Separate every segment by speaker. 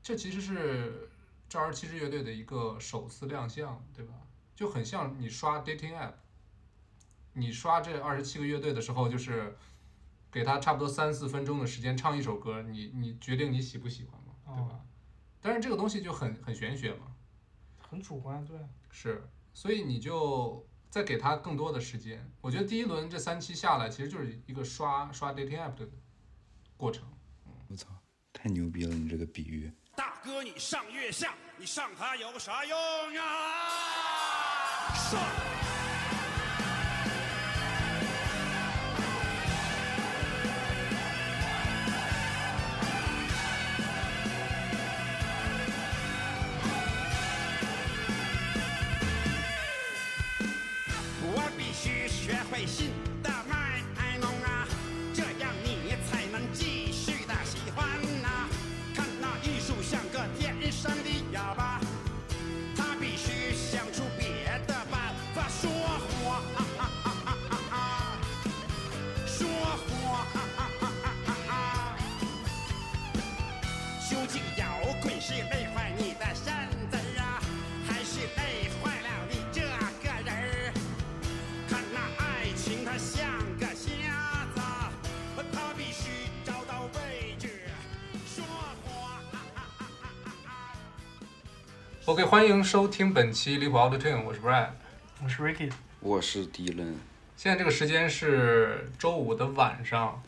Speaker 1: 这其实是这二十七支乐队的一个首次亮相，对吧？就很像你刷 dating app，你刷这二十七个乐队的时候，就是给他差不多三四分钟的时间唱一首歌，你你决定你喜不喜欢嘛，对吧？但是这个东西就很很玄学嘛，
Speaker 2: 很主观，对，
Speaker 1: 是，所以你就再给他更多的时间。我觉得第一轮这三期下来，其实就是一个刷刷 dating app 的过程。
Speaker 3: 我操，太牛逼了！你这个比喻，
Speaker 4: 大哥，你上月下，你上他有个啥用啊？上。我必须学会新的卖弄啊，这样你才能继续的喜欢呐、看那艺术像个天生的哑巴，他必须想出别的办法说话，哈哈哈哈哈哈 说话，哈哈哈哈哈哈。究竟摇滚是累坏你的身子啊，还是累坏了你这个人儿？看那爱情，它像个瞎子，它必须找到位置，说话。
Speaker 1: OK，欢迎收听本期离谱 Out Tune，我是 Brad。
Speaker 2: 我是 Ricky，
Speaker 3: 我是迪伦，
Speaker 1: 现在这个时间是周五的晚上，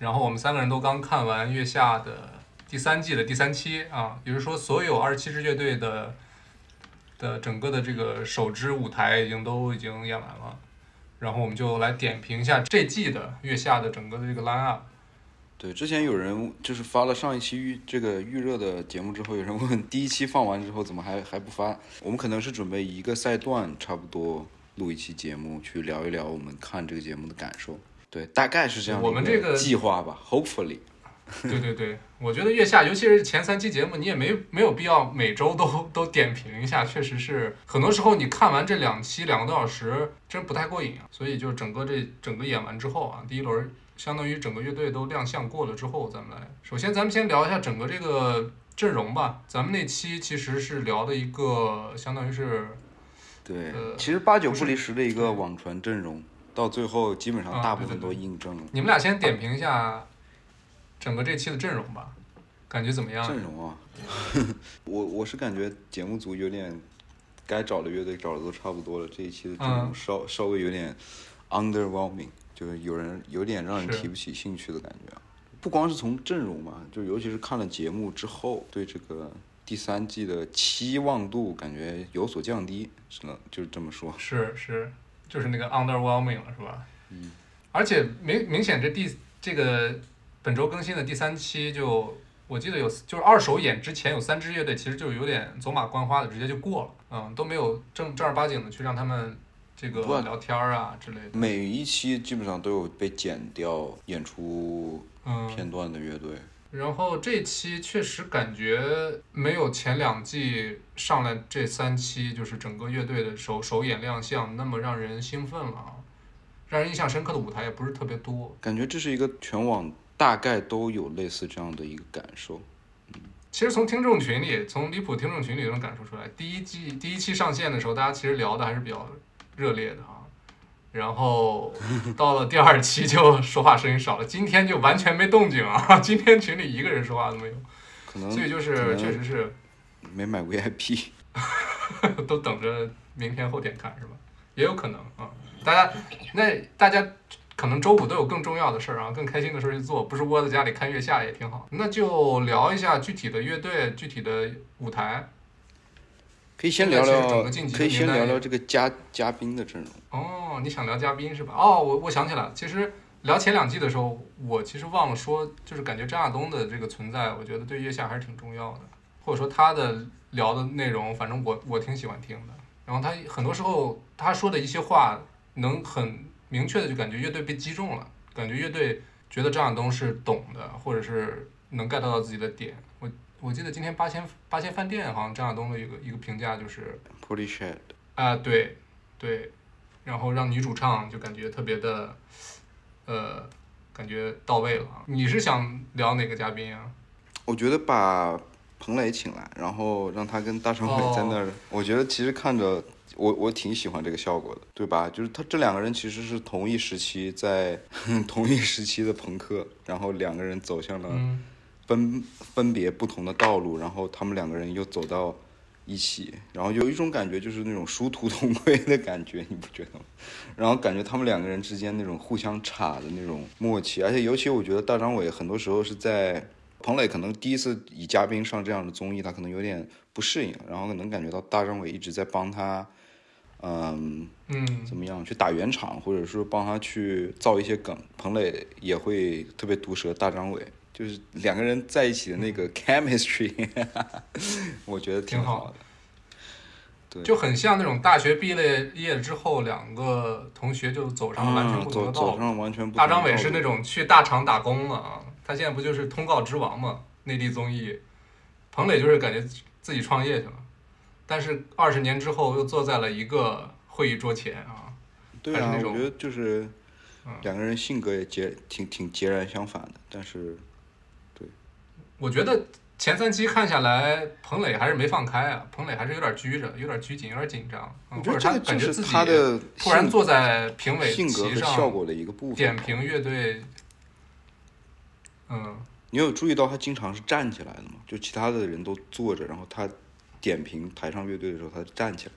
Speaker 1: 然后我们三个人都刚看完《月下》的第三季的第三期啊，也就是说，所有二十七支乐队的的整个的这个首支舞台已经都已经演完了，然后我们就来点评一下这季的《月下》的整个的这个 line up。
Speaker 3: 对，之前有人就是发了上一期预这个预热的节目之后，有人问第一期放完之后怎么还还不发？我们可能是准备一个赛段差不多录一期节目，去聊一聊我们看这个节目的感受。对，大概是这样的
Speaker 1: 我们这
Speaker 3: 一
Speaker 1: 个
Speaker 3: 计划吧，hopefully。
Speaker 1: 对 对对，我觉得《月下》尤其是前三期节目，你也没没有必要每周都都点评一下，确实是很多时候你看完这两期两个多小时，真不太过瘾啊。所以就整个这整个演完之后啊，第一轮相当于整个乐队都亮相过了之后，咱们来，首先咱们先聊一下整个这个阵容吧。咱们那期其实是聊的一个相当于是
Speaker 3: 对，
Speaker 1: 呃
Speaker 3: 其实八九
Speaker 1: 不
Speaker 3: 不
Speaker 1: 是
Speaker 3: 离十的一个网传阵容，到最后基本上
Speaker 1: 啊
Speaker 3: 大
Speaker 1: 对
Speaker 3: 部
Speaker 1: 对
Speaker 3: 分
Speaker 1: 对
Speaker 3: 都印证了。
Speaker 1: 你们俩先点评一下整个这期的阵容吧，感觉怎么样？
Speaker 3: 阵容啊， 我我是感觉节目组有点该找的乐队找的都差不多了，这一期的阵容
Speaker 1: 嗯
Speaker 3: 稍、稍微有点 underwhelming，就是有人有点让人
Speaker 1: 是
Speaker 3: 提不起兴趣的感觉啊。不光是从阵容嘛，就尤其是看了节目之后，对这个第三季的期望度感觉有所降低，只能就是这么说。
Speaker 1: 是是，就是那个 underwhelming 了，是吧？嗯。而且明明显这第这个本周更新的第三期就，我记得有就是二手演之前有三支乐队，其实就有点走马观花的，直接就过了，嗯，都没有正正儿八经的去让他们这个
Speaker 3: 不
Speaker 1: 聊天儿啊之类的，
Speaker 3: 每一期基本上都有被剪掉演出
Speaker 1: 嗯。
Speaker 3: 片段的乐队，
Speaker 1: 然后这期确实感觉没有前两季上来这三期，就是整个乐队的首首演亮相那么让人兴奋了啊，让人印象深刻的舞台也不是特别多。
Speaker 3: 感觉这是一个全网大概都有类似这样的一个感受。
Speaker 1: 其实从听众群里，从离谱听众群里就能感受出来，第一季第一期上线的时候，大家其实聊的还是比较热烈的啊。然后到了第二期就说话声音少了，今天就完全没动静啊！ 今天群里一个人说话都没有，
Speaker 3: 可能
Speaker 1: 所以就
Speaker 3: 可
Speaker 1: 是
Speaker 3: 能
Speaker 1: 确实是
Speaker 3: 没买 VIP，
Speaker 1: 都等着明天后天看是吧？也有可能啊，大家那大家可能周五都有更重要的事儿啊，更开心的事儿去做，不是窝在家里看月下也挺好。那就聊一下具体的乐队、具体的舞台。
Speaker 3: 可以先
Speaker 1: 现在其
Speaker 3: 聊
Speaker 1: 实
Speaker 3: 聊
Speaker 1: 整个晋，级
Speaker 3: 可以
Speaker 1: 名
Speaker 3: 先
Speaker 1: 单
Speaker 3: 聊
Speaker 1: 也
Speaker 3: 聊这个嘉嘉宾的阵容。
Speaker 1: 哦，你想聊嘉宾是吧？哦，我我想起来了，其实聊前两季的时候，我其实忘了说，就是感觉张亚东的这个存在，我觉得对月下还是挺重要的，或者说他的聊的内容，反正我我挺喜欢听的。然后他很多时候他说的一些话，能很明确的就感觉乐队被击中了，感觉乐队觉得张亚东是懂的，或者是能 get 到自己的点。我我记得今天八仙八仙饭店好像张亚东的一个一个评价就是，
Speaker 3: Pretty Shed，
Speaker 1: 啊，对，对，然后让女主唱就感觉特别的，呃，感觉到位了啊。你是想聊哪个嘉宾啊？
Speaker 3: 我觉得把彭磊请来，然后让他跟大张伟
Speaker 1: 哦
Speaker 3: 在那儿，我觉得其实看着我我挺喜欢这个效果的，对吧？就是他这两个人其实是同一时期在 同一时期的朋克，然后两个人走向了
Speaker 1: 嗯，
Speaker 3: 分分别不同的道路，然后他们两个人又走到一起，然后有一种感觉就是那种殊途同归的感觉，你不觉得吗？ 然后感觉他们两个人之间那种互相插的那种默契，而且尤其我觉得大张伟很多时候是在彭磊可能第一次以嘉宾上这样的综艺，他可能有点不适应，然后能感觉到大张伟一直在帮他，嗯，
Speaker 1: 嗯，
Speaker 3: 怎么样去打圆场，或者说帮他去造一些梗。彭磊也会特别毒舌大张伟，就是两个人在一起的那个 chemistry，我觉得挺好的。对
Speaker 1: 就很像那种大学毕业毕业之后，两个同学就走上了完全
Speaker 3: 嗯
Speaker 1: 不同的
Speaker 3: 走
Speaker 1: 道
Speaker 3: 走
Speaker 1: 路。
Speaker 3: 上完全不同
Speaker 1: 大
Speaker 3: 的
Speaker 1: 张伟
Speaker 3: 道
Speaker 1: 是
Speaker 3: 路
Speaker 1: 那种去大厂打工了啊，他现在不就是通告之王嘛，内地综艺。彭磊就是感觉自己创业去了，但是二十年之后又坐在了一个会议桌前啊。
Speaker 3: 对
Speaker 1: 还是
Speaker 3: 啊，
Speaker 1: 那
Speaker 3: 我
Speaker 1: 种
Speaker 3: 觉得就是
Speaker 1: 嗯
Speaker 3: 两个人性格也截挺挺截然相反的，但是
Speaker 1: 我觉得前三期看下来，彭磊还是没放开啊，彭磊还是有点拘着，有点拘谨，有点紧张。嗯
Speaker 3: 我觉得
Speaker 1: 或者
Speaker 3: 这
Speaker 1: 他
Speaker 3: 个
Speaker 1: 感觉
Speaker 3: 就是
Speaker 1: 自己
Speaker 3: 他的
Speaker 1: 突然
Speaker 3: 性
Speaker 1: 坐在评委
Speaker 3: 性格
Speaker 1: 席
Speaker 3: 和效
Speaker 1: 上
Speaker 3: 果的一个部
Speaker 1: 点
Speaker 3: 分。
Speaker 1: 评乐队，嗯，
Speaker 3: 你有注意到他经常是站起来的吗？就其他的人都坐着，然后他点评台上乐队的时候，他站起来。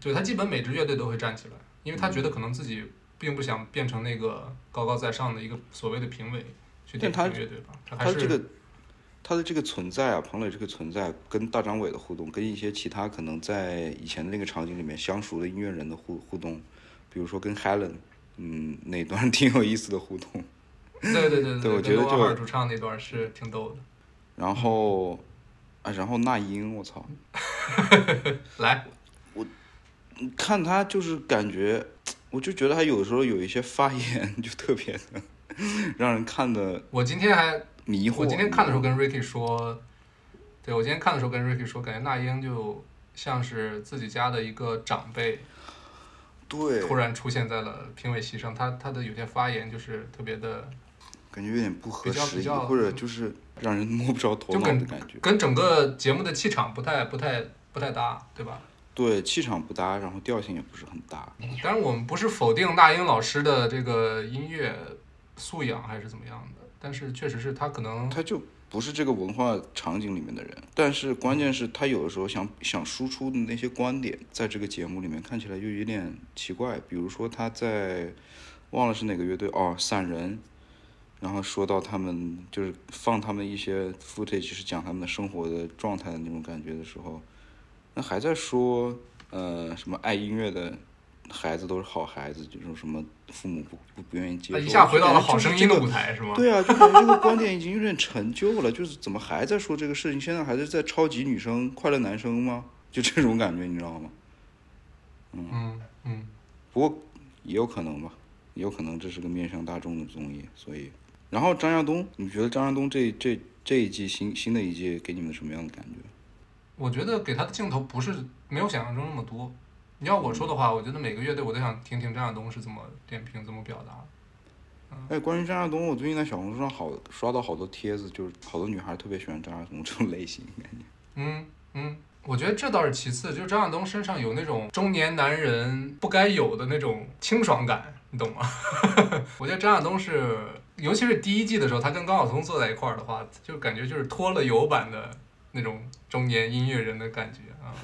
Speaker 1: 对他基本每支乐队都会站起来，因为他觉得可能自己并不想变成那个高高在上的一个所谓的评委去点评
Speaker 3: 但他
Speaker 1: 乐队吧，他还
Speaker 3: 他
Speaker 1: 是
Speaker 3: 这个他的这个存在啊，彭磊这个存在跟大张伟的互动，跟一些其他可能在以前的那个场景里面相熟的音乐人的互互动，比如说跟 Helen，嗯，那段 挺有意思的互动。
Speaker 1: 对对对
Speaker 3: 对
Speaker 1: 跟
Speaker 3: 我觉得
Speaker 1: 罗
Speaker 3: 就
Speaker 1: 二主唱那段是挺逗的。
Speaker 3: 然后啊，然后那英，我操，
Speaker 1: 来，
Speaker 3: 看他就是感觉，我就觉得他有时候有一些发言 就特别的让人看的
Speaker 1: 我今天还
Speaker 3: 迷惑。
Speaker 1: 我今天看的时候跟
Speaker 3: 嗯
Speaker 1: Ricky 说，对我今天看的时候跟 Ricky 说，感觉那英就像是自己家的一个长辈，
Speaker 3: 对，
Speaker 1: 突然出现在了评委席上，他他的有些发言就是特别的，
Speaker 3: 感觉有点不合
Speaker 1: 比较
Speaker 3: 时
Speaker 1: 比
Speaker 3: 宜，
Speaker 1: 较
Speaker 3: 或者就是让人摸不着头
Speaker 1: 就
Speaker 3: 脑
Speaker 1: 跟
Speaker 3: 的感觉。
Speaker 1: 跟整个节目的气场不太不太不太搭，对吧？
Speaker 3: 对，气场不搭，然后调性也不是很搭。
Speaker 1: 当然，我们不是否定那英老师的这个音乐素养还是怎么样的，但是确实是他可能
Speaker 3: 他就不是这个文化场景里面的人。但是关键是，他有的时候想想输出的那些观点，在这个节目里面看起来就有点奇怪。比如说他在忘了是哪个乐队哦，散人，然后说到他们就是放他们一些 footage 是讲他们的生活的状态的那种感觉的时候，那还在说呃什么爱音乐的。孩子都是好孩子，就是什么父母不不不愿意接
Speaker 1: 他
Speaker 3: 受，
Speaker 1: 啊一下回到了
Speaker 3: 我就
Speaker 1: 好
Speaker 3: 感觉
Speaker 1: 声
Speaker 3: 就是
Speaker 1: 音
Speaker 3: 这
Speaker 1: 的
Speaker 3: 个
Speaker 1: 舞台，是吗？
Speaker 3: 对啊，就感觉这个观点已经有点陈旧了，就是怎么还在说这个事情？现在还是在超级女生、快乐男生吗？就这种感觉，你知道吗？
Speaker 1: 嗯嗯，
Speaker 3: 不过也有可能吧，也有可能这是个面向大众的综艺，所以。然后张亚东，你觉得张亚东这这这一季新新的一季给你们什么样的感觉？
Speaker 1: 我觉得给他的镜头不是没有想象中那么多。你要我说的话，我觉得每个乐队我都想听听张亚东是怎么点评、怎么表达。
Speaker 3: 哎，关于张亚东，我最近在小红书上好刷到好多帖子，就是好多女孩特别喜欢张亚东这种类型，感觉。
Speaker 1: 嗯嗯，我觉得这倒是其次，就是张亚东身上有那种中年男人不该有的那种清爽感，你懂吗？ 我觉得张亚东是，尤其是第一季的时候，他跟高晓松坐在一块儿的话，就感觉就是脱了油版的那种中年音乐人的感觉啊，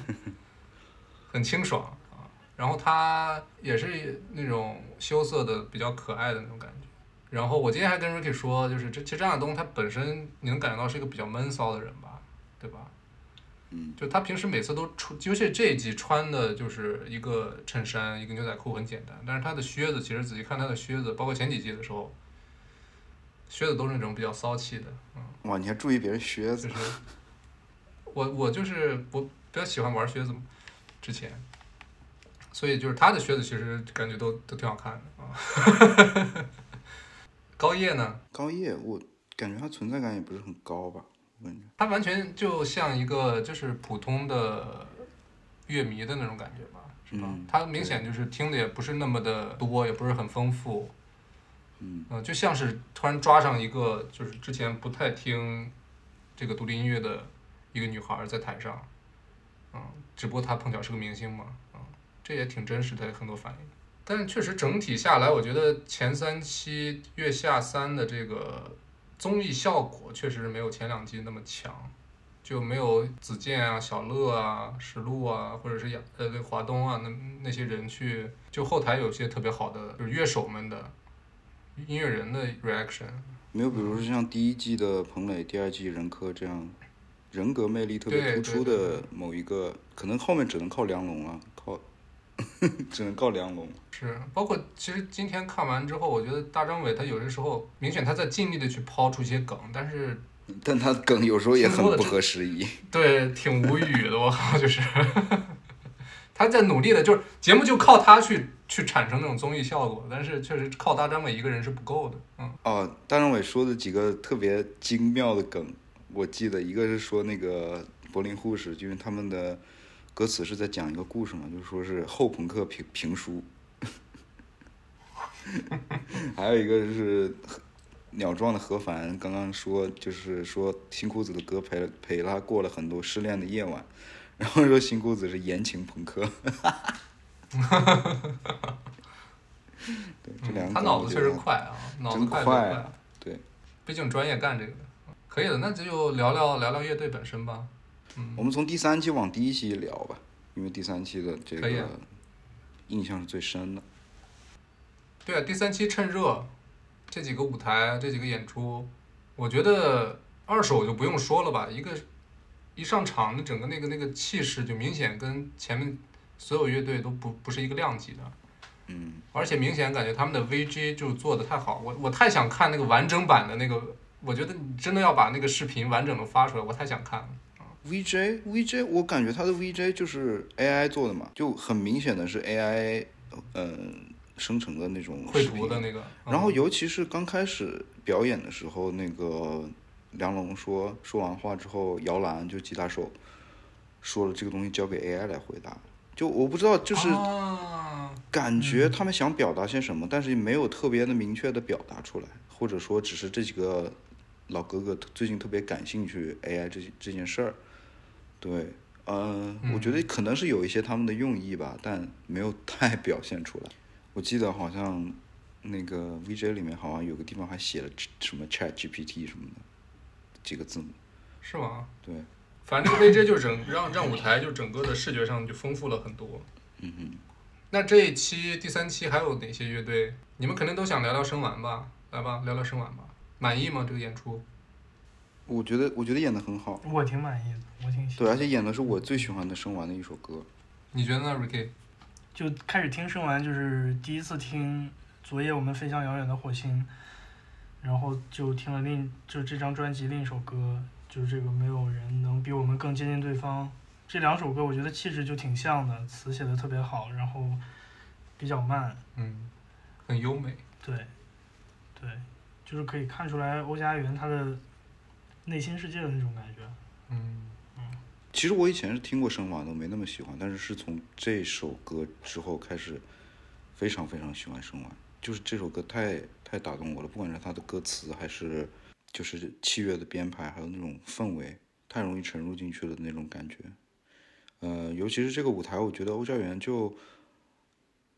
Speaker 1: 很清爽啊。然后他也是那种羞涩的、比较可爱的那种感觉。然后我今天还跟 Ricky 说，就是这其实张亚东他本身你能感觉到是一个比较闷骚的人吧，对吧？就他平时每次都穿，尤其这一季穿的就是一个衬衫，一个牛仔裤，很简单。但是他的靴子，其实仔细看他的靴子，包括前几季的时候，靴子都是那种比较骚气的，嗯，
Speaker 3: 哇，你还注意别人靴
Speaker 1: 就
Speaker 3: 子
Speaker 1: 是我我就是我比较喜欢玩靴子嘛，之前，所以就是他的靴子其实感觉都都挺好看的啊。 高叶呢，
Speaker 3: 高叶，我感觉他存在感也不是很高吧，我感觉。
Speaker 1: 他完全就像一个就是普通的乐迷的那种感觉吧，是吧？
Speaker 3: 嗯
Speaker 1: 他明显就是听的也不是那么的多，也不是很丰富，呃
Speaker 3: 嗯
Speaker 1: 嗯、就像是突然抓上一个就是之前不太听这个独立音乐的一个女孩儿在台上，嗯，只不过她碰巧是个明星嘛，嗯，这也挺真实的很多反应。但确实整体下来，我觉得前三期《月下三》的这个综艺效果确实没有前两季那么强，就没有子健啊、小乐啊、石璐啊，或者是亚呃对华东啊那那些人去，就后台有些特别好的，就是乐手们的音乐人的 reaction，
Speaker 3: 没有，比如说像第一季的彭磊，第二季任科这样人格魅力特别
Speaker 1: 对
Speaker 3: 突出
Speaker 1: 对对
Speaker 3: 的某一个，可能后面只能靠梁龙了，靠 只能靠梁龙。
Speaker 1: 是，包括其实今天看完之后，我觉得大张伟他有些时候明显他在尽力的去抛出一些梗，但是
Speaker 3: 但他梗有时候也很不合时宜。
Speaker 1: 对挺无语的，我靠，就是他在努力的，就是节目就靠他去去产生那种综艺效果，但是确实靠大张伟一个人是不够的，嗯，
Speaker 3: 哦，大张伟说的几个特别精妙的梗，我记得一个是说那个柏林护士，因为他们的歌词是在讲一个故事嘛，就说是后朋克评评书， 还有一个是鸟壮的何凡刚刚说，就是说新裤子的歌陪了陪他过了很多失恋的夜晚，然后说新裤子是言情朋克。 对，这两个
Speaker 1: 嗯他
Speaker 3: 梗
Speaker 1: 脑
Speaker 3: 我
Speaker 1: 子
Speaker 3: 觉
Speaker 1: 确
Speaker 3: 得
Speaker 1: 实快啊，脑子
Speaker 3: 真
Speaker 1: 快
Speaker 3: 快
Speaker 1: 快，
Speaker 3: 对，
Speaker 1: 毕竟专业干这个的，嗯可以的，那就聊聊聊聊乐队本身吧，
Speaker 3: 我们从第三期往第一期聊吧，因为第三期的这
Speaker 1: 可以
Speaker 3: 个
Speaker 1: 啊
Speaker 3: 印象是最深的。
Speaker 1: 对啊，第三期趁热，这几个舞台，这几个演出，我觉得二手就不用说了吧，一个一上场的整个那个那个气势就明显跟前面所有乐队都不不是一个量级的，
Speaker 3: 嗯，
Speaker 1: 而且明显感觉他们的 VJ 就做的太好，我我太想看那个完整版的那个，我觉得你真的要把那个视频完整的发出来，我太想看了。
Speaker 3: VJ VJ，我感觉他的 VJ 就是 AI 做的嘛，就很明显的是 AI 呃生成的那种
Speaker 1: 绘
Speaker 3: 视
Speaker 1: 图
Speaker 3: 频。
Speaker 1: 的那个，嗯
Speaker 3: 然后尤其是刚开始表演的时候，那个梁龙说说完话之后，摇篮就吉他手说了这个东西交给 AI 来回答。就我不知道，就是
Speaker 1: 啊
Speaker 3: 感觉他们想表达些什么，但是没有特别的明确的表达出来，或者说只是这几个老哥哥最近特别感兴趣 AI 这这件事儿。对，呃，我觉得可能是有一些他们的用意吧，但没有 太表现出来。我记得好像那个 VJ 里面好像有个地方还写了什么 Chat GPT 什么的几个字母。
Speaker 1: 是吗？
Speaker 3: 对，
Speaker 1: 反正这个 VJ 就整让让舞台就整个的视觉上就丰富了很多。
Speaker 3: 嗯哼，
Speaker 1: 那这一期第三期还有哪些乐队？你们肯定都想聊聊生完吧？来吧，聊聊生完吧。满意吗？这个演出？
Speaker 3: 我觉得我觉得演的很好，
Speaker 2: 我挺满意的，我挺喜
Speaker 3: 对，而且演的是我最喜欢的生完的一首歌。
Speaker 1: 你觉得呢，Ricky？
Speaker 2: 就开始听生完，就是第一次听昨夜我们飞向遥远的火星，然后就听了另就这张专辑另一首歌，就是这个没有人能比我们更接近对方。这两首歌我觉得气质就挺像的，词写的特别好，然后比较慢，
Speaker 1: 嗯，很优美。
Speaker 2: 对，对，就是可以看出来欧家园他的内心世界的那种感觉。
Speaker 3: 哦
Speaker 1: 嗯，
Speaker 3: 其实我以前是听过生完的，我没那么喜欢，但是是从这首歌之后开始，非常非常喜欢生完。就是这首歌太太打动我了，不管是它的歌词，还是就是器乐的编排，还有那种氛围，太容易沉入进去了那种感觉。呃，尤其是这个舞台，我觉得欧家园就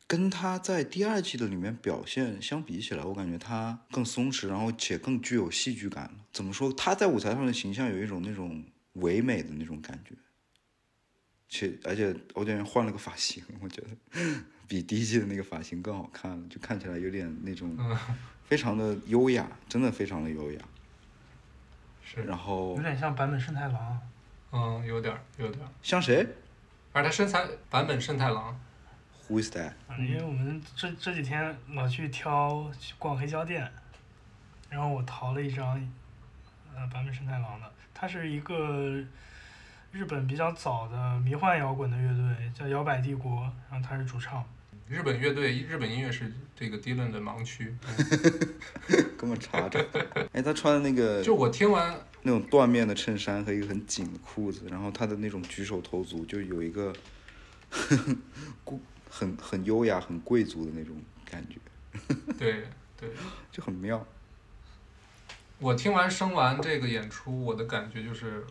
Speaker 3: 跟他在第二季的里面表现相比起来，我感觉他更松弛，然后且更具有戏剧感了。怎么说？他在舞台上的形象有一种那种唯美的那种感觉，且而且欧家园换了个发型，我觉得比第一季的那个发型更好看了，就看起来有点那种
Speaker 1: 嗯
Speaker 3: 非常的优雅，真的非常的优雅。
Speaker 1: 是，
Speaker 3: 然后
Speaker 2: 有点像坂本慎太郎，
Speaker 1: 嗯，有点儿，有点儿。
Speaker 3: 像谁
Speaker 1: 而他身材版本慎太郎，
Speaker 3: ？Who is that？
Speaker 2: 嗯因为我们这这几天老去挑去逛黑胶店，然后我淘了一张，呃，坂本慎太郎的，他是一个日本比较早的迷幻摇滚的乐队，叫摇摆帝国，然后他是主唱。
Speaker 1: 日本乐队，日本音乐是这个 Dylan 的盲区。
Speaker 3: 跟我查查。哎，他穿的那个
Speaker 1: 就我听完，
Speaker 3: 那种缎面的衬衫和一个很紧的裤子，然后他的那种举手投足就有一个 故很很优雅、很贵族的那种感觉，
Speaker 1: 对对，
Speaker 3: 就很妙。
Speaker 1: 我听完生完这个演出，我的感觉就是，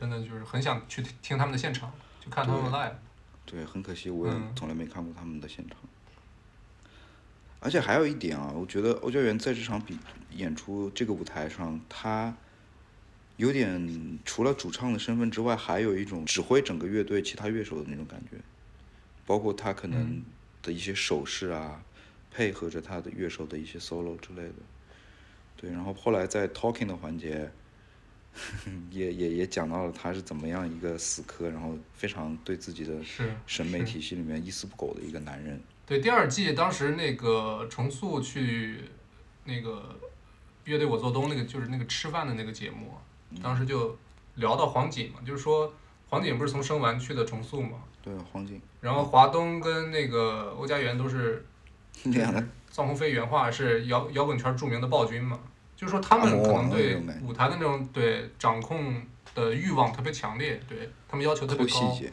Speaker 1: 真的就是很想去听听他们的现场，去看他们
Speaker 3: 对
Speaker 1: live。
Speaker 3: 对，很可惜，我也
Speaker 1: 嗯
Speaker 3: 从来没看过他们的现场。而且还有一点啊，我觉得欧教员在这场比演出这个舞台上，他有点除了主唱的身份之外，还有一种指挥整个乐队其他乐手的那种感觉，包括他可能的一些手势啊，配合着他的乐手的一些 solo 之类的。对，然后后来在 talking 的环节， 也也也讲到了他是怎么样一个死磕，然后非常对自己的
Speaker 1: 是
Speaker 3: 审美
Speaker 1: 是
Speaker 3: 体系里面一丝不苟的一个男人。
Speaker 1: 对第二季，当时那个重塑去那个乐队我做东那个就是那个吃饭的那个节目，当时就聊到黄锦嘛，就是说黄锦不是从生完去的重塑嘛，
Speaker 3: 对，啊黄金
Speaker 1: 然后华东跟那个欧家园都是嗯
Speaker 3: 那样的，
Speaker 1: 臧鸿飞原话是摇摇滚圈著名的暴君嘛，就是说他们可能对舞台的那种对掌控的欲望特别强烈，对他们要求特别
Speaker 3: 抠细
Speaker 1: 高，
Speaker 3: 节，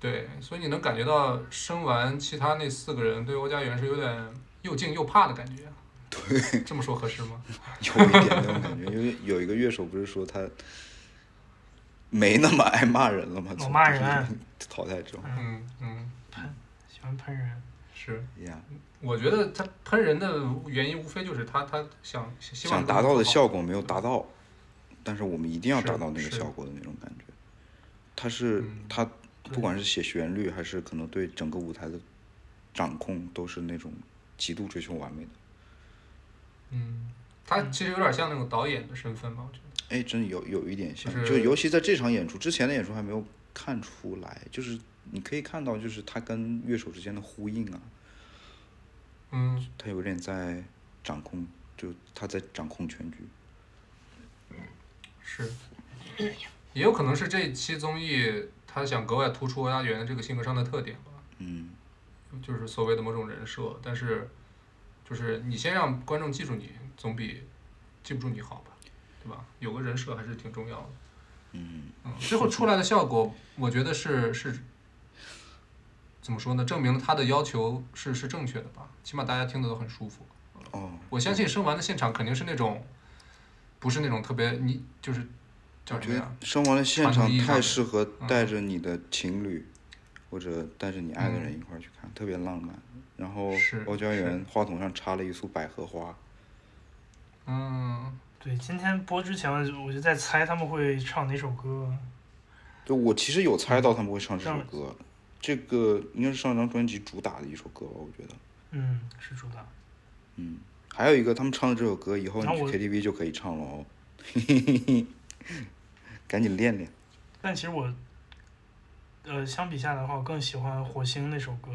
Speaker 1: 对，所以你能感觉到生完其他那四个人对欧家园是有点又敬又怕的感 觉。对，这么说合适吗？
Speaker 3: 有一点那种感觉。因为有一个乐手不是说他没那么爱骂人了吗？
Speaker 1: 哦
Speaker 2: 老骂人
Speaker 3: 从淘汰之后
Speaker 1: 嗯嗯，
Speaker 2: 喜欢喷人。
Speaker 1: 是，
Speaker 3: 呀，
Speaker 1: 我觉得他喷人的原因无非就是他他想希望
Speaker 3: 想达到的
Speaker 1: 效
Speaker 3: 效果没有达到，但是我们一定要
Speaker 1: 是
Speaker 3: 达到那
Speaker 1: 是
Speaker 3: 个效果的那种感觉。他是
Speaker 1: 嗯
Speaker 3: 他，
Speaker 2: 对
Speaker 3: 不管是写旋律还是可能对整个舞台的掌控，都是那种极度追求完美的。
Speaker 1: 嗯，他其实有点像那种导演的身份吧，我觉得。
Speaker 3: 哎，真有有一点像，
Speaker 1: 就是
Speaker 3: 就尤其在这场演出之前的演出还没有看出来，就是你可以看到，就是他跟乐手之间的呼应啊，
Speaker 1: 嗯，
Speaker 3: 他有点在掌控，就他在掌控全局。
Speaker 1: 是，也有可能是这一期综艺他想格外突出欧家园这个性格上的特点吧，
Speaker 3: 嗯，
Speaker 1: 就是所谓的某种人设，但是就是你先让观众记住你，总比记不住你好吧，对吧？有个人设还是挺重要的。
Speaker 3: 嗯，
Speaker 1: 嗯，最后出来的效果，我觉得是是怎么说呢？证明了他的要求是是正确的吧，起码大家听得都很舒服。
Speaker 3: 哦，
Speaker 1: 我相信生完的现场肯定是那种，不是那种特别你就是
Speaker 3: 我
Speaker 1: 叫什么
Speaker 3: 觉得
Speaker 1: 呀？
Speaker 3: 生完了现
Speaker 1: 传
Speaker 3: 场
Speaker 1: 统啊意义上
Speaker 3: 太
Speaker 1: 的
Speaker 3: 适合
Speaker 1: 嗯
Speaker 3: 带着你的情侣、或者带着你爱的人
Speaker 1: 嗯
Speaker 3: 一块儿去看，特别浪漫。然后
Speaker 1: 是
Speaker 3: 欧家
Speaker 1: 是
Speaker 3: 园话筒上插了一束百合花，
Speaker 1: 嗯，
Speaker 2: 对，今天播之前我就在猜他们会唱哪首歌，
Speaker 3: 就我其实有猜
Speaker 1: 嗯
Speaker 3: 到他们会唱这首
Speaker 2: 上
Speaker 3: 歌，这个应该是上张专辑主打的一首歌吧，我觉得。
Speaker 2: 嗯，是主打。
Speaker 3: 嗯，还有一个他们唱的这首歌，以后你
Speaker 2: 那
Speaker 3: 去
Speaker 2: 我
Speaker 3: KTV 就可以唱了哦。 赶紧练练。
Speaker 2: 但其实我，呃，相比下来的话，我更喜欢《火星》那首歌，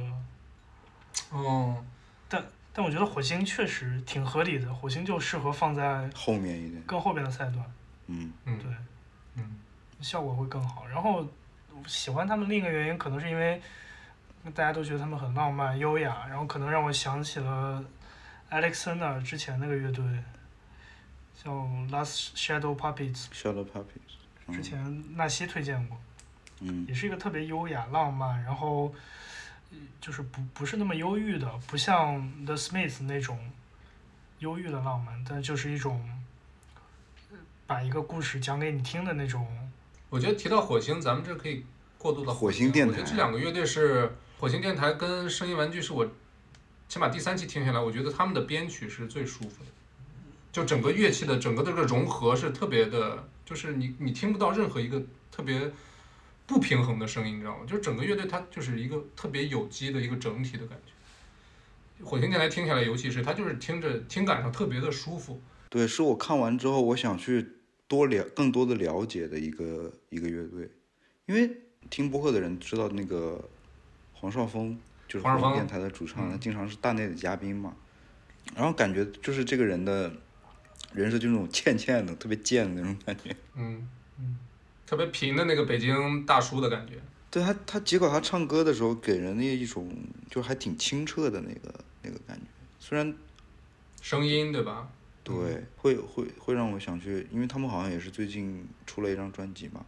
Speaker 1: 哦，
Speaker 2: 但我觉得《火星》确实挺合理的，《火星》就适合放在
Speaker 3: 后面一点，
Speaker 2: 更后边的赛段，
Speaker 3: 嗯，
Speaker 1: 嗯，
Speaker 2: 对，
Speaker 1: 嗯，
Speaker 2: 效果会更好。然后喜欢他们另一个原因，可能是因为大家都觉得他们很浪漫、优雅，然后可能让我想起了 Alexander 之前那个乐队，叫 Last Shadow Puppets，
Speaker 3: 《Shadow Puppies》嗯
Speaker 2: 之前纳西推荐过，
Speaker 3: 嗯
Speaker 2: 也是一个特别优雅、浪漫，然后呃就是不不是那么忧郁的，不像 The Smiths 那种忧郁的浪漫，但就是一种呃把一个故事讲给你听的那种。
Speaker 1: 我觉得提到火星，咱们这可以过渡到
Speaker 3: 火
Speaker 1: 星
Speaker 3: 星电台
Speaker 1: 我觉得这两个乐队是火星电台跟声音玩具，是我起码第三期听下来，我觉得他们的编曲是最舒服的，就整个乐器的整个这个融合是特别的，就是你你听不到任何一个特别不平衡的声音，你知道吗？就是整个乐队它就是一个特别有机的一个整体的感觉。火星电台听下来，尤其是它就是听着听感上特别的舒服，
Speaker 3: 对，是我看完之后，我想去多了更多的了解的一个一个乐队，因为听播客的人知道那个黄少峰就是
Speaker 1: 黄
Speaker 3: 火
Speaker 1: 少
Speaker 3: 星
Speaker 1: 峰
Speaker 3: 电台的主唱，
Speaker 1: 嗯
Speaker 3: 他经常是大内的嘉宾嘛，然后感觉就是这个人的人是就那种欠欠的，特别贱的那种感觉。
Speaker 1: 嗯嗯，特别平的那个北京大叔的感觉。
Speaker 3: 对他，他结果他唱歌的时候给人的一种就还挺清澈的那个那个感觉，虽然
Speaker 1: 声音，对吧？
Speaker 3: 对、
Speaker 1: 嗯
Speaker 3: 会会会让我想去，因为他们好像也是最近出了一张专辑嘛，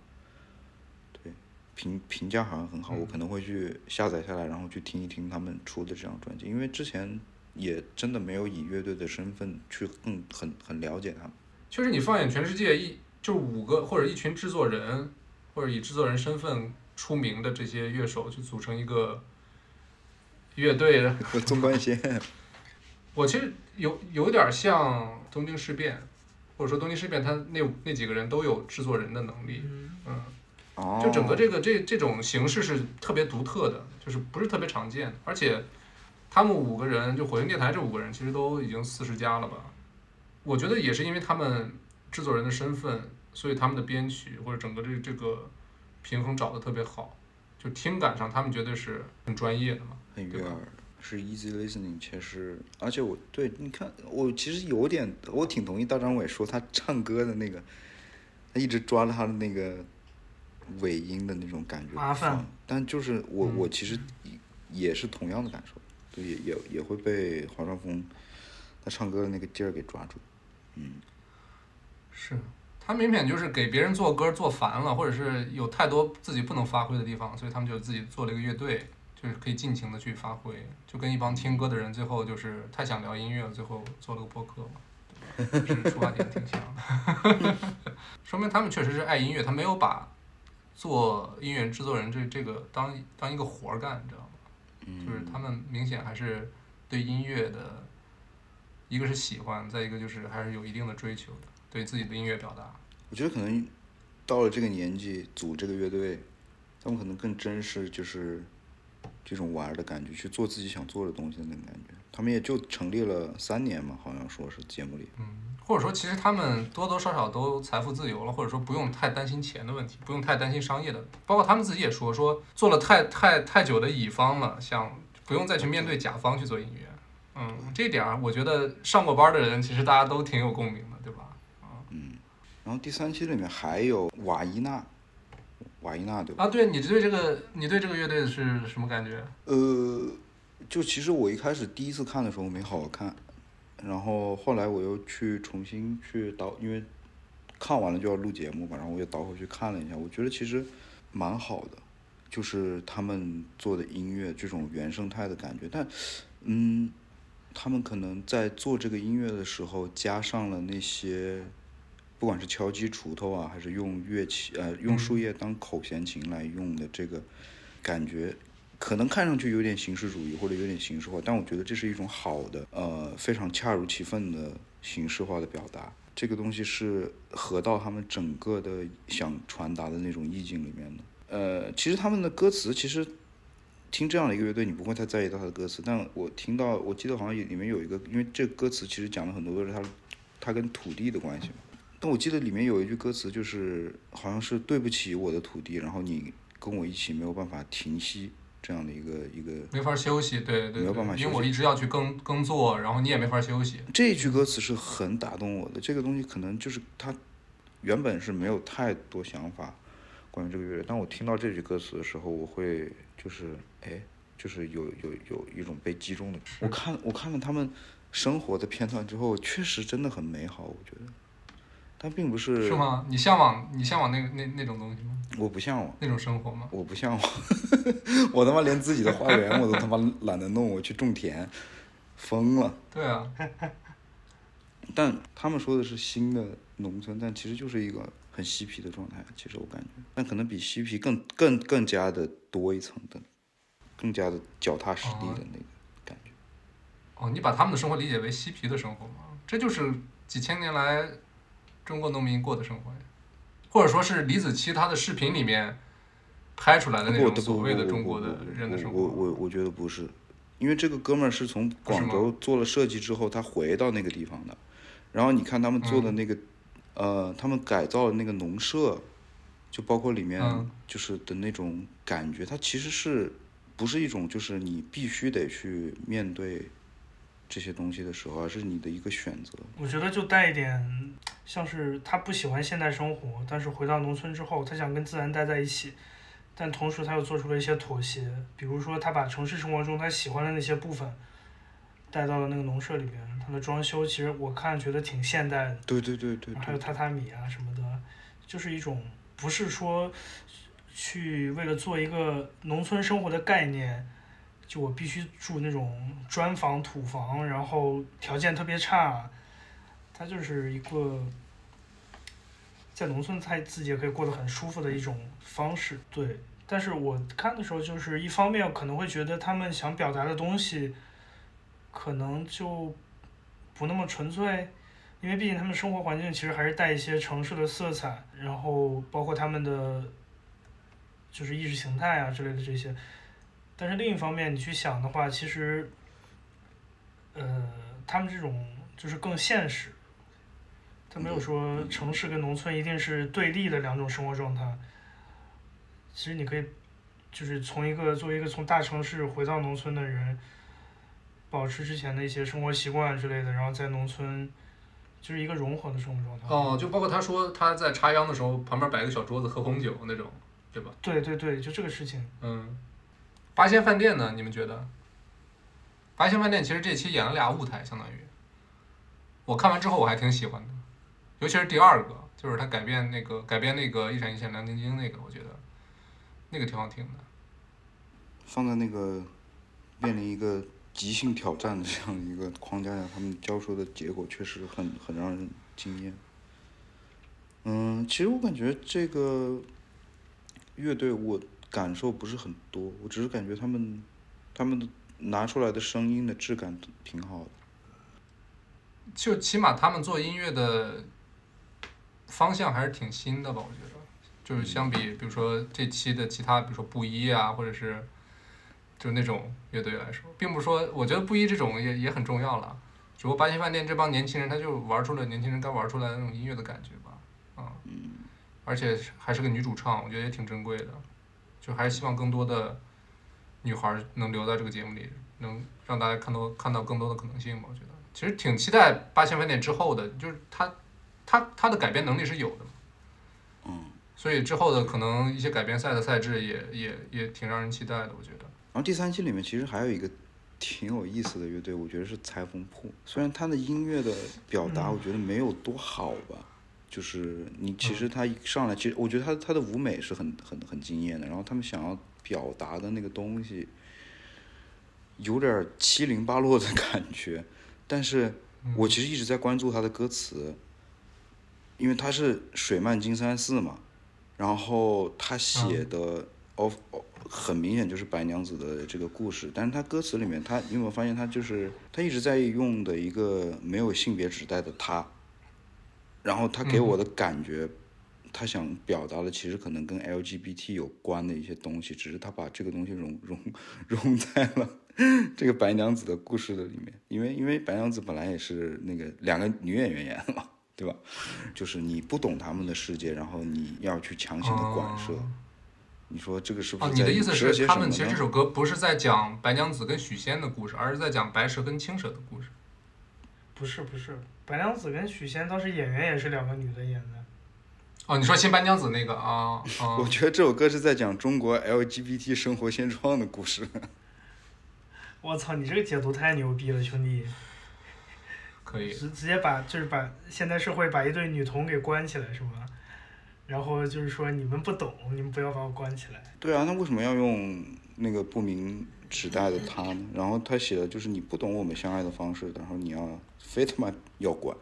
Speaker 3: 对评评
Speaker 1: 嗯
Speaker 3: 价好像很好，我可能会去下载下来，然后去听一听他们出的这张专辑，因为之前也真的没有以乐队的身份去更很很了解他们。
Speaker 1: 确实，你放眼全世界一就是五个或者一群制作人，或者以制作人身份出名的这些乐手，去组成一个乐队。
Speaker 3: 我纵贯线，
Speaker 1: 我其实有有点像东京事变，或者说东京事变，他那那几个人都有制作人的能力。
Speaker 2: 嗯，
Speaker 1: 嗯，
Speaker 3: 哦，
Speaker 1: 就整个这个这这种形式是特别独特的，就是不是特别常见的。而且他们五个人，就火星电台这五个人，其实都已经四十加了吧？我觉得也是因为他们制作人的身份，所以他们的编曲或者整个这这个平衡找的特别好，就听感上他们绝对是很专业的嘛。
Speaker 3: 很悦
Speaker 1: 对吧
Speaker 3: 耳，是 easy listening，其实而且我对你看，我其实有点，我挺同意大张伟说他唱歌的那个，他一直抓着他的那个尾音的那种感觉不
Speaker 2: 麻烦
Speaker 3: 放，但就是我我其实也是同样的感受，对，也也也会被黄少峰他唱歌的那个劲儿给抓住，
Speaker 1: 是他明显就是给别人做歌做烦了，或者是有太多自己不能发挥的地方，所以他们就自己做了一个乐队，就是可以尽情的去发挥，就跟一帮听歌的人最后就是太想聊音乐了，最后做了个播客嘛，对吧？就是出发点挺像的， 说明他们确实是爱音乐，他没有把做音乐制作人这这个当当一个活儿干，你知道吗？
Speaker 3: 嗯，
Speaker 1: 就是他们明显还是对音乐的，一个是喜欢，再一个就是还是有一定的追求的，对自己的音乐表达。
Speaker 3: 我觉得可能到了这个年纪组这个乐队，他们可能更珍视就是这种玩儿的感觉，去做自己想做的东西的那种感觉。他们也就成立了三年嘛，好像说是节目里。
Speaker 1: 嗯，或者说其实他们多多少少都财富自由了，或者说不用太担心钱的问题，不用太担心商业的问题。包括他们自己也说，说做了太太太久的乙方了，想不用再去面对甲方去做音乐。嗯，这点儿我觉得上过班的人其实大家都挺有共鸣的，对吧？
Speaker 3: 然后第三期里面还有瓦伊娜，瓦伊娜对吧？
Speaker 1: 啊，对你对这个你对这个乐队是什么感觉？
Speaker 3: 呃，就其实我一开始第一次看的时候没好好看，然后后来我又去重新去倒，因为看完了就要录节目嘛，然后我又倒回去看了一下，我觉得其实蛮好的，就是他们做的音乐这种原生态的感觉，但嗯，他们可能在做这个音乐的时候加上了那些。不管是敲击锄头啊，还是用乐器，呃，用树叶当口弦琴来用的这个感觉，可能看上去有点形式主义或者有点形式化，但我觉得这是一种好的，呃，非常恰如其分的形式化的表达。这个东西是合到他们整个的想传达的那种意境里面的。呃，其实他们的歌词，其实听这样的一个乐队，你不会太在意到他的歌词，但我听到，我记得好像也里面有一个，因为这歌词其实讲了很多都是他他跟土地的关系嘛。但我记得里面有一句歌词，就是好像是对不起我的土地，然后你跟我一起没有办法停息这样的一个一个。
Speaker 1: 没法休息，对对
Speaker 3: 没有办法
Speaker 1: 对，因
Speaker 3: 休
Speaker 1: 为我
Speaker 3: 息
Speaker 1: 一直要去耕耕作，然后你也没法休息。
Speaker 3: 这句歌词是很打动我的。这个东西可能就是他原本是没有太多想法关于这个乐队，当我听到这句歌词的时候，我会就是哎，就是有有有一种被击中的。我看我看了他们生活的片段之后，确实真的很美好，我觉得。但并不是
Speaker 1: 是吗？你向往你向往那个那那种东西吗？
Speaker 3: 我不向往，
Speaker 1: 那种生活吗？
Speaker 3: 我不向往， 我他妈连自己的花园我都他妈懒得弄，我去种田，疯了。
Speaker 1: 对啊，
Speaker 3: 但他们说的是新的农村，但其实就是一个很嬉皮的状态。其实我感觉，但可能比嬉皮更更更加的多一层的，更加的脚踏实地的那个感觉。
Speaker 1: 哦，你把他们的生活理解为嬉皮的生活吗？这就是几千年来中国农民过的生活呀，或者说是李子柒他的视频里面拍出来的那
Speaker 3: 不
Speaker 1: 种
Speaker 3: 不
Speaker 1: 所
Speaker 3: 不
Speaker 1: 谓的
Speaker 3: 不
Speaker 1: 中
Speaker 3: 不
Speaker 1: 国
Speaker 3: 不
Speaker 1: 的
Speaker 3: 不
Speaker 1: 人的生
Speaker 3: 我我
Speaker 1: 活。
Speaker 3: 我我觉得不是，因为这个哥们儿是从
Speaker 1: 不是
Speaker 3: 广
Speaker 1: 吗
Speaker 3: 州做了设计之后，他回到那个地方的。然后你看他们做
Speaker 1: 嗯
Speaker 3: 的那个，呃，他们改造的那个农舍，就包括里面
Speaker 1: 嗯
Speaker 3: 就是的那种感觉，它其实是不是一种就是你必须得去面对这些东西的时候，而是你的一个选择。
Speaker 2: 我觉得就带一点，像是他不喜欢现代生活，但是回到农村之后，他想跟自然待在一起，但同时他又做出了一些妥协，比如说他把城市生活中他喜欢的那些部分带到了那个农舍里边，他的装修其实我看觉得挺现代的，
Speaker 3: 对对对对
Speaker 2: 还有
Speaker 3: 对，
Speaker 2: 榻榻米啊什么的，就是一种不是说去为了做一个农村生活的概念就我必须住那种砖房、土房，然后条件特别差，它就是一个在农村，他自己也可以过得很舒服的一种方式。对，但是我看的时候，就是一方面可能会觉得他们想表达的东西，可能就不那么纯粹，因为毕竟他们生活环境其实还是带一些城市的色彩，然后包括他们的就是意识形态啊之类的这些。但是另一方面，你去想的话，其实，呃，他们这种就是更现实，他没有说城市跟农村一定是对立的两种生活状态。其实你可以，就是从一个作为一个从大城市回到农村的人，保持之前的一些生活习惯之类的，然后在农村，就是一个融合的生活状态。
Speaker 1: 哦，就包括他说他在插秧的时候，旁边摆个小桌子喝红酒那种，对吧？
Speaker 2: 对对对，就这个事情。
Speaker 1: 嗯，八仙饭店呢？你们觉得？八仙饭店其实这期演了俩舞台，相当于。我看完之后我还挺喜欢的，尤其是第二个，就是他改变那个改编那个一闪一闪亮晶晶那个，我觉得那个挺好听的。
Speaker 3: 放在那个面临一个即兴挑战的这样一个框架下，他们交出的结果确实很很让人惊艳。嗯，其实我感觉这个乐队我感受不是很多，我只是感觉他们他们拿出来的声音的质感挺好的。
Speaker 1: 就起码他们做音乐的方向还是挺新的吧，我觉得，就是相比比如说这期的其他，比如说布衣啊，或者是就那种乐队来说，并不是说我觉得布衣这种也也很重要了，只不过八仙饭店这帮年轻人他就玩出了年轻人该玩出来的那种音乐的感觉吧，啊、嗯，而且还是个女主唱，我觉得也挺珍贵的，就还是希望更多的女孩儿能留在这个节目里，能让大家看到看到更多的可能性吧，我觉得。其实挺期待八千饭店之后的，就是他，他他的改编能力是有的嘛，
Speaker 3: 嗯，
Speaker 1: 所以之后的可能一些改编赛的赛制也也也挺让人期待的，我觉得。
Speaker 3: 然后第三期里面其实还有一个挺有意思的乐队，我觉得是裁缝铺。虽然他的音乐的表达，我觉得没有多好吧，就是你其实他一上来，其实我觉得他他的舞美是很很很惊艳的，然后他们想要表达的那个东西，有点儿七零八落的感觉， 但是我其实一直在关注他的歌词，因为他是水漫金山寺嘛，然后他写的哦哦，很明显就是白娘子的这个故事，但是他歌词里面，他你有没有发现他就是他一直在用的一个没有性别指代的他，然后他给我的感觉，他想表达的其实可能跟 LGBT 有关的一些东西，只是他把这个东西融融融在了这个白娘子的故事的里面，因为因为白娘子本来也是那个两个女演员演的嘛，对吧？就是你不懂他们的世界，然后你要去强行的管涉，
Speaker 1: 哦
Speaker 3: 你说这个是不
Speaker 1: 哦，
Speaker 3: 是
Speaker 1: 你
Speaker 3: 在
Speaker 1: 的意思
Speaker 3: 影射些
Speaker 1: 是他
Speaker 3: 什么
Speaker 1: 们其实
Speaker 3: 呢
Speaker 1: 这？首歌不是在讲白娘子跟许仙的故事，而是在讲白蛇跟青蛇的故事。
Speaker 2: 不是不是，白娘子跟许仙当时演员也是两个女的演的。
Speaker 1: 哦，你说新白娘子那个啊啊
Speaker 3: 我，觉得这首歌是在讲中国 LGBT 生活现状的故事。
Speaker 2: 我操，你这个解读太牛逼了，兄弟！
Speaker 1: 可以，
Speaker 2: 直直接把就是把现代社会把一对女童给关起来是吗？然后就是说你们不懂，你们不要把我关起来。
Speaker 3: 对啊，那为什么要用那个不明指代的他呢？然后他写的就是你不懂我们相爱的方式，然后你要非他妈要管，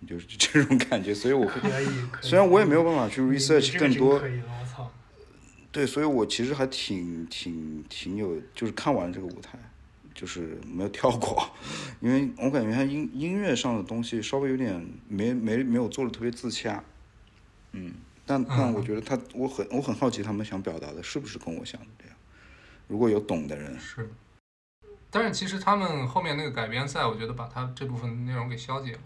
Speaker 3: 你就是这种感觉。所以我会，
Speaker 2: 可以，可以。
Speaker 3: 虽然我也没有办法去
Speaker 2: 你
Speaker 3: research
Speaker 2: 你这个
Speaker 3: 更
Speaker 2: 真
Speaker 3: 多，
Speaker 2: 可以了，我操！
Speaker 3: 对，所以我其实还挺挺挺有，就是看完这个舞台，就是没有跳过，因为我感觉他音音乐上的东西稍微有点没没没有做的特别自洽，嗯，但但我觉得他，我很我很好奇他们想表达的是不是跟我想的这样，如果有懂的人，
Speaker 1: 是。但是其实他们后面那个改编赛，我觉得把他这部分内容给消解了。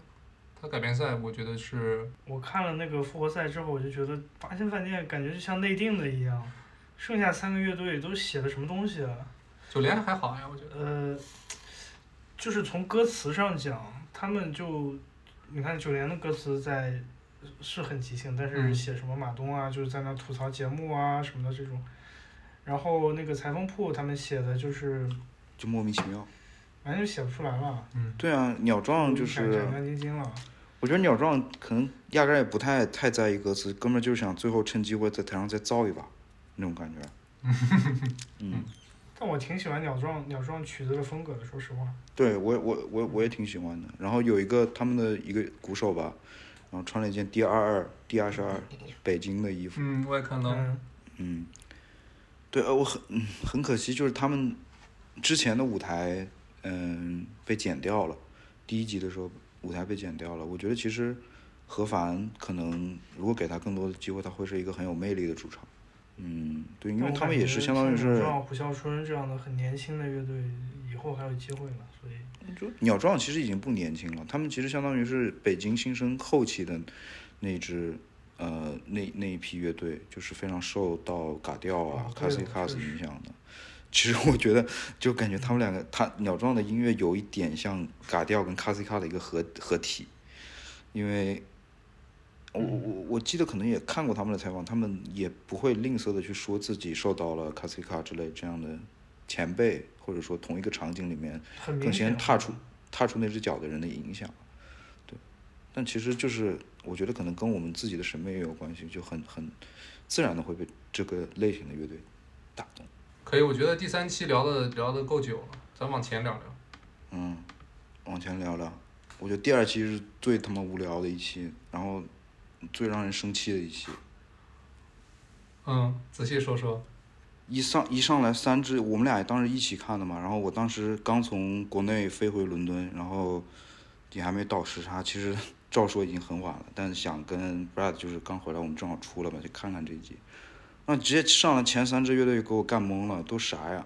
Speaker 1: 他改编赛，我觉得是
Speaker 2: 我看了那个复活赛之后，我就觉得八仙饭店感觉就像内定的一样，剩下三个乐队都写的什么东西啊？
Speaker 1: 九连还好呀，我觉得。
Speaker 2: 呃，就是从歌词上讲，他们就你看九连的歌词在是很即兴，但是
Speaker 1: 嗯
Speaker 2: 写什么马东啊，就是在那吐槽节目啊什么的这种。然后那个裁缝铺他们写的就是
Speaker 3: 就莫名其妙。
Speaker 2: 完全写不出来了，
Speaker 1: 嗯，
Speaker 3: 对啊，鸟壮
Speaker 2: 嗯
Speaker 3: 就是。
Speaker 2: 斩干晶晶了。
Speaker 3: 我觉得鸟壮可能压根儿也不太太在意歌词，哥们儿就是想最后趁机会在台上再造一把那种感觉。嗯，
Speaker 2: 但我挺喜欢鸟壮鸟壮曲子的风格的，说实话。
Speaker 3: 对我我我我也挺喜欢的。然后有一个他们的一个鼓手吧，然后穿了一件 D 二二 D 二十二北京的衣服，
Speaker 1: 嗯，我也看到，
Speaker 2: 嗯，
Speaker 3: 嗯，对，呃，我很嗯很可惜，就是他们之前的舞台，嗯，被剪掉了。第一集的时候，舞台被剪掉了。我觉得其实何凡可能如果给他更多的机会，他会是一个很有魅力的主唱。嗯，对，因为
Speaker 2: 但我
Speaker 3: 他们
Speaker 2: 感
Speaker 3: 也
Speaker 2: 觉
Speaker 3: 是相当于
Speaker 2: 像鸟
Speaker 3: 是
Speaker 2: 壮、胡啸春这样的很年轻的乐队，以后还有机会呢，所以
Speaker 3: 鸟壮，其实已经不年轻了。他们其实相当于是北京新生后期的那支，呃，那那一批乐队，就是非常受到嘎调啊
Speaker 2: 哦、
Speaker 3: 卡
Speaker 2: 对
Speaker 3: 西
Speaker 2: 哦
Speaker 3: 卡
Speaker 2: 确
Speaker 3: 斯
Speaker 2: 实
Speaker 3: 影响的。其实我觉得，就感觉他们两个，他鸟壮的音乐有一点像嘎调跟卡西卡的一个合合体，因为我我我我记得可能也看过他们的采访，他们也不会吝啬的去说自己受到了卡西卡之类这样的前辈，或者说同一个场景里面
Speaker 2: 很明
Speaker 3: 更
Speaker 2: 显
Speaker 3: 先。踏出踏出那只脚的人的影响，对。但其实就是我觉得可能跟我们自己的审美也有关系，就很很自然的会被这个类型的乐队打动。
Speaker 1: 可以，我觉得第三期聊的聊的够久了，咱往前聊聊。
Speaker 3: 嗯，往前聊聊，我觉得第二期是最他妈无聊的一期，然后最让人生气的一期。
Speaker 1: 嗯，仔细说说。
Speaker 3: 一上一上来三支，我们俩当时一起看的嘛。然后我当时刚从国内飞回伦敦，然后也还没倒时差，其实照说已经很晚了，但是想跟 Brad 就是刚回来，我们正好出了嘛，就看看这一集。然后直接上了前三支乐队给我干懵了，都啥呀？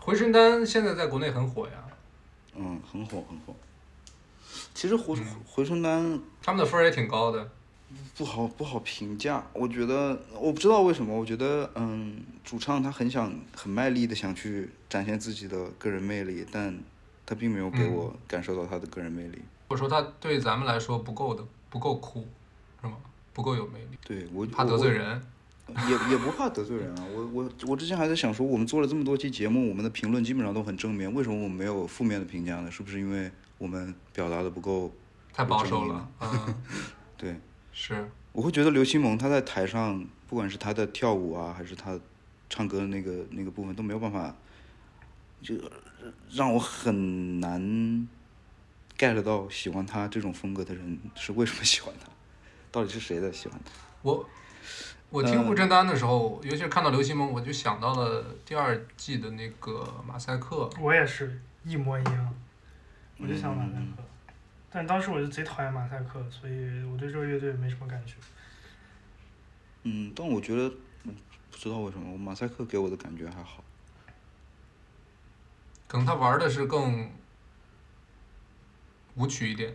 Speaker 1: 回春丹现在在国内很火呀，
Speaker 3: 嗯，很火很火。其实回回春丹
Speaker 1: 他们的分儿也挺高的。
Speaker 3: 不好不好评价。我觉得我不知道为什么，我觉得嗯，主唱他很想很卖力的想去展现自己的个人魅力，但他并没有给
Speaker 1: 嗯
Speaker 3: 我感受到他的个人魅力。
Speaker 1: 或者说他对咱们来说不够的，不够酷，是吗？不够有魅力，
Speaker 3: 对我
Speaker 1: 怕得罪，人。
Speaker 3: 我我也也不怕得罪人啊。我我我之前还在想说，我们做了这么多期节目，我们的评论基本上都很正面，为什么我们没有负面的评价呢？是不是因为我们表达的不够？
Speaker 1: 太保守
Speaker 3: 有
Speaker 1: 了
Speaker 3: 争，
Speaker 1: 嗯，
Speaker 3: 对，
Speaker 1: 是，
Speaker 3: 我会觉得刘西蒙他在台上，不管是他的跳舞啊，还是他唱歌的那个那个部分，都没有办法，就让我很难 get 到喜欢他这种风格的人是为什么喜欢他，到底是谁在喜欢他？
Speaker 1: 我我听
Speaker 3: 呃
Speaker 1: 胡振丹的时候，尤其是看到刘西蒙，我就想到了第二季的那个马赛克，
Speaker 2: 我也是一模一样，我就
Speaker 1: 嗯
Speaker 2: 想马赛克，但当时我就贼讨厌马赛克，所以我对这个乐队没什么感觉。
Speaker 3: 嗯，但我觉得嗯不知道为什么，我马赛克给我的感觉还好。
Speaker 1: 可能他玩的是更舞曲一点，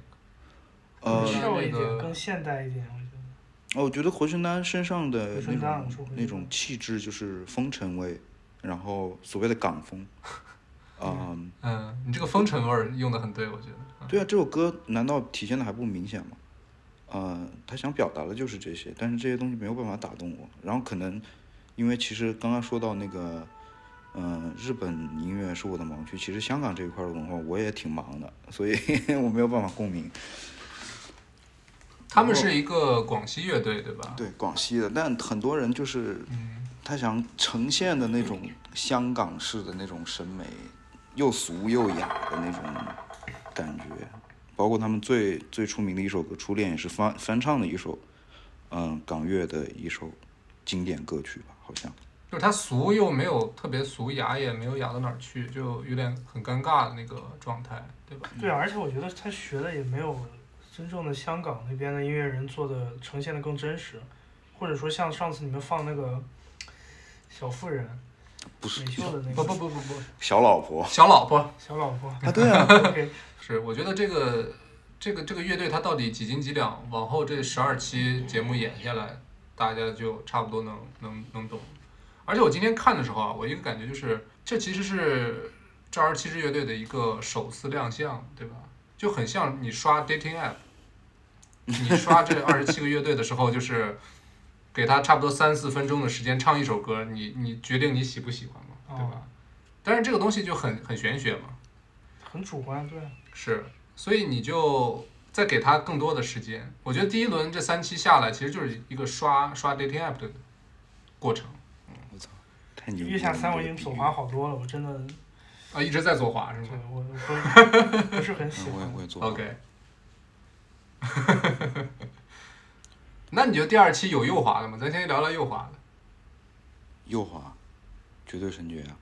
Speaker 3: 呃，
Speaker 1: 嗯
Speaker 2: 跳一
Speaker 1: 那
Speaker 2: 点，
Speaker 1: 个
Speaker 2: 更现代一点，我觉得。
Speaker 3: 哦，我觉得活春丹身上的
Speaker 2: 活
Speaker 3: 那
Speaker 2: 春丹我
Speaker 3: 种
Speaker 2: 说活
Speaker 3: 那
Speaker 2: 春
Speaker 3: 种
Speaker 2: 丹
Speaker 3: 气质就是风尘味，然后所谓的港风，啊、
Speaker 1: 嗯，你这个风尘味儿用的很对，我觉得，
Speaker 3: 对啊，这首歌难道体现的还不明显吗？呃，他想表达的就是这些，但是这些东西没有办法打动我。然后可能因为其实刚刚说到那个，嗯、日本音乐是我的盲区，其实香港这一块的文化我也挺忙的，所以 我没有办法共鸣。
Speaker 1: 他们是一个广西乐队，对吧？
Speaker 3: 对广西的，但很多人就是
Speaker 1: 嗯，
Speaker 3: 他想呈现的那种香港式的那种审美，又俗又雅的那种感觉，包括他们最最出名的一首歌《初恋》也是翻翻唱的一首，嗯，港乐的一首经典歌曲吧，好像。
Speaker 1: 就是他俗又没有特别俗，雅也没有雅到哪儿去，就有点很尴尬的那个状态，对吧？
Speaker 2: 对，啊而且我觉得他学的也没有真正的香港那边的音乐人做的呈现的更真实，或者说像上次你们放那个小妇人，
Speaker 3: 不是
Speaker 2: 美秀的那
Speaker 1: 不
Speaker 2: 个
Speaker 1: 不不不不，
Speaker 3: 小老 婆
Speaker 1: 小老婆，
Speaker 2: 小老 婆。
Speaker 3: 啊，对啊，
Speaker 2: OK，
Speaker 1: 是，我觉得这个这个这个乐队它到底几斤几两，往后这十二期节目演下来，大家就差不多能能能懂。而且我今天看的时候啊，我一个感觉就是，这其实是这二十七支乐队的一个首次亮相，对吧？就很像你刷 dating app，你刷这二十七个乐队的时候，就是给他差不多三四分钟的时间唱一首歌，你你决定你喜不喜欢嘛，对吧？但是这个东西就很很玄学嘛，
Speaker 2: 很主观，对。啊
Speaker 1: 是，所以你就再给他更多的时间。我觉得第一轮这三期下来，其实就是一个刷刷 dating app 的过程
Speaker 3: 太牛 逼了！
Speaker 2: 月下三我已经
Speaker 3: 这个
Speaker 2: 左
Speaker 3: 比喻
Speaker 2: 滑好多了，我真的
Speaker 1: 啊，一直在左滑是
Speaker 2: 对
Speaker 1: 吗
Speaker 2: 我我 不不是很喜
Speaker 3: 嗯，我也
Speaker 2: 欢
Speaker 3: 我。也做过。
Speaker 1: ？OK，那你觉得第二期有右滑的吗？咱先聊聊右滑的。
Speaker 3: 右滑，绝对神绝啊！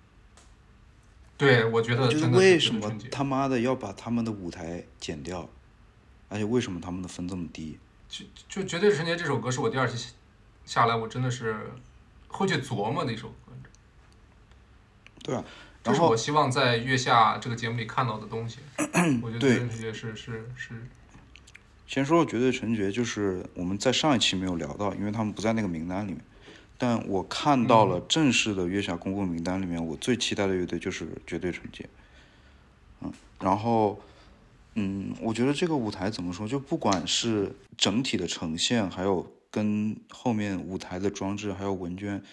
Speaker 1: 对，我觉得
Speaker 3: 就是
Speaker 1: 真的
Speaker 3: 为
Speaker 1: 绝
Speaker 3: 什
Speaker 1: 对
Speaker 3: 么
Speaker 1: 纯洁
Speaker 3: 他妈的要把他们的舞台剪掉，而且为什么他们的分这么低？
Speaker 1: 就就《绝对纯洁》这首歌是我第二期下下来，我真的是会去琢磨的一首歌。
Speaker 3: 对啊，
Speaker 1: 这
Speaker 3: 然
Speaker 1: 是
Speaker 3: 后
Speaker 1: 我希望在月下这个节目里看到的东 西。我觉得《绝
Speaker 3: 对
Speaker 1: 对纯洁》是是是，
Speaker 3: 先说绝对纯洁，就是我们在上一期没有聊到，因为他们不在那个名单里面。但我看到
Speaker 1: 嗯
Speaker 3: 了正式的月下公布名单里面，我最期待的乐队就是绝对纯洁。嗯，然后，嗯，我觉得这个舞台怎么说，就不管是整体的呈现，还有跟后面舞台的装置，还有文娟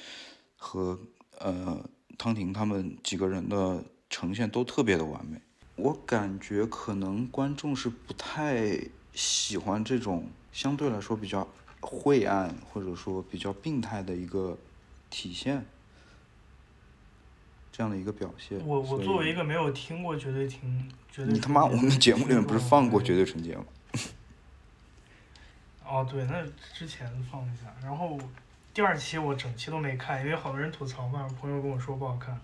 Speaker 3: 和呃汤婷他们几个人的呈现都特别的完美。我感觉可能观众是不太喜欢这种相对来说比较晦暗或者说比较病态的一个体现，这样的一个表现。
Speaker 2: 我
Speaker 3: 所
Speaker 2: 我
Speaker 3: 以
Speaker 2: 作为一个没有听过绝对听绝对
Speaker 3: 你他妈，
Speaker 2: 纯洁
Speaker 3: 我们
Speaker 2: 的
Speaker 3: 节目里面不是放过
Speaker 2: 听众
Speaker 3: 绝对纯洁吗？
Speaker 2: 哦，对，那之前放了一下，然后第二期我整期都没看，因为好多人吐槽嘛，朋友跟我说不好看，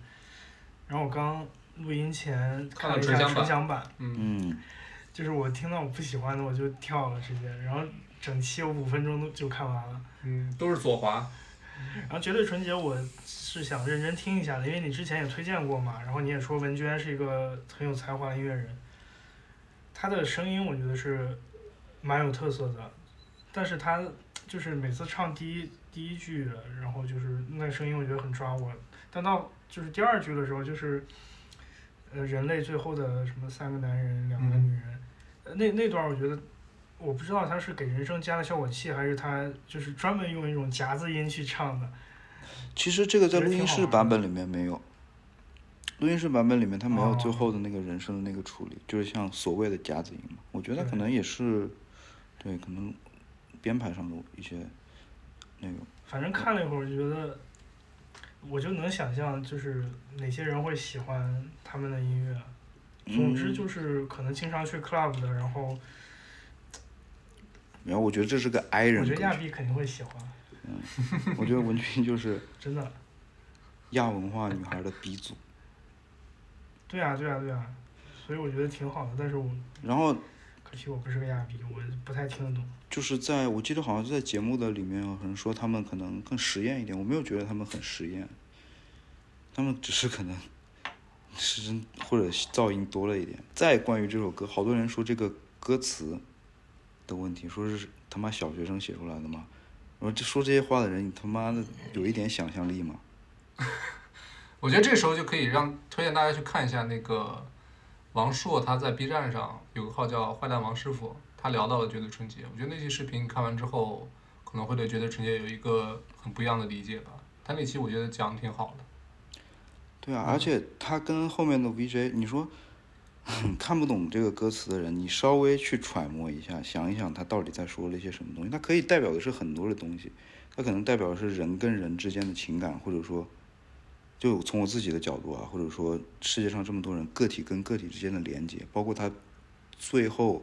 Speaker 2: 然后我刚录音前
Speaker 1: 看
Speaker 2: 看
Speaker 1: 了
Speaker 2: 了一
Speaker 1: 纯
Speaker 2: 下
Speaker 1: 享版
Speaker 2: 纯享版，
Speaker 1: 嗯，
Speaker 3: 嗯，
Speaker 2: 就是我听到我不喜欢的我就跳了直接，然后整期有五分钟都就看完了，
Speaker 1: 嗯，都是左滑。
Speaker 2: 然后绝对纯洁我是想认真听一下的，因为你之前也推荐过嘛，然后你也说文娟是一个很有才华的音乐人，她的声音我觉得是蛮有特色的，但是她就是每次唱第一第一句，然后就是那个声音我觉得很抓我，但到就是第二句的时候，就是呃人类最后的什么三个男人两个
Speaker 1: 嗯
Speaker 2: 女人，呃那那段我觉得。我不知道他是给人声加了效果器，还是他就是专门用一种夹子音去唱的。
Speaker 3: 其实这个在
Speaker 2: 觉得
Speaker 3: 录音
Speaker 2: 挺好啊
Speaker 3: 室
Speaker 2: 玩
Speaker 3: 版
Speaker 2: 的
Speaker 3: 本里面没有，录音室版本里面它没有最
Speaker 2: 哦
Speaker 3: 后的那个人声的那个处理，就是像所谓的夹子音嘛。我觉得可
Speaker 2: 对
Speaker 3: 能也是，对，可能编排上的一些那个。
Speaker 2: 反正看了一会儿，觉得我就能想象，就是哪些人会喜欢他们的音乐。总之
Speaker 3: 嗯
Speaker 2: 就是可能经常去 club 的，然后
Speaker 3: 然后我觉得这是个 i
Speaker 2: 我
Speaker 3: 人
Speaker 2: 觉
Speaker 3: 歌
Speaker 2: 得亚
Speaker 3: 曲，
Speaker 2: 碧肯定会喜欢，
Speaker 3: 我觉得文君就是
Speaker 2: 真的。
Speaker 3: 亚文化女孩的鼻祖。
Speaker 2: 对啊，对啊，对啊，所以我觉得挺好的，但是我
Speaker 3: 然后
Speaker 2: 可惜我不是个亚碧，我不太听得懂。
Speaker 3: 就是在我记得好像在节目的里面，有人说他们可能更实验一点，我没有觉得他们很实验，他们只是可能是真或者噪音多了一点。再关于这首歌，好多人说这个歌词的问题，说是他妈小学生写出来的嘛。我说这说这些话的人，你他妈的有一点想象力吗？
Speaker 1: 我觉得这时候就可以让推荐大家去看一下那个王朔，他在 B 站上有个号叫“坏蛋王师傅”，他聊到了《绝对纯洁》。我觉得那期视频你看完之后，可能会对《绝对纯洁》有一个很不一样的理解吧。他那期我觉得讲的挺好的。
Speaker 3: 对啊，而且他跟后面的 VJ，你说看不懂这个歌词的人，你稍微去揣摩一下，想一想他到底在说了一些什么东西。它可以代表的是很多的东西，它可能代表的是人跟人之间的情感，或者说，就从我自己的角度啊，或者说世界上这么多人个体跟个体之间的连接，包括他最后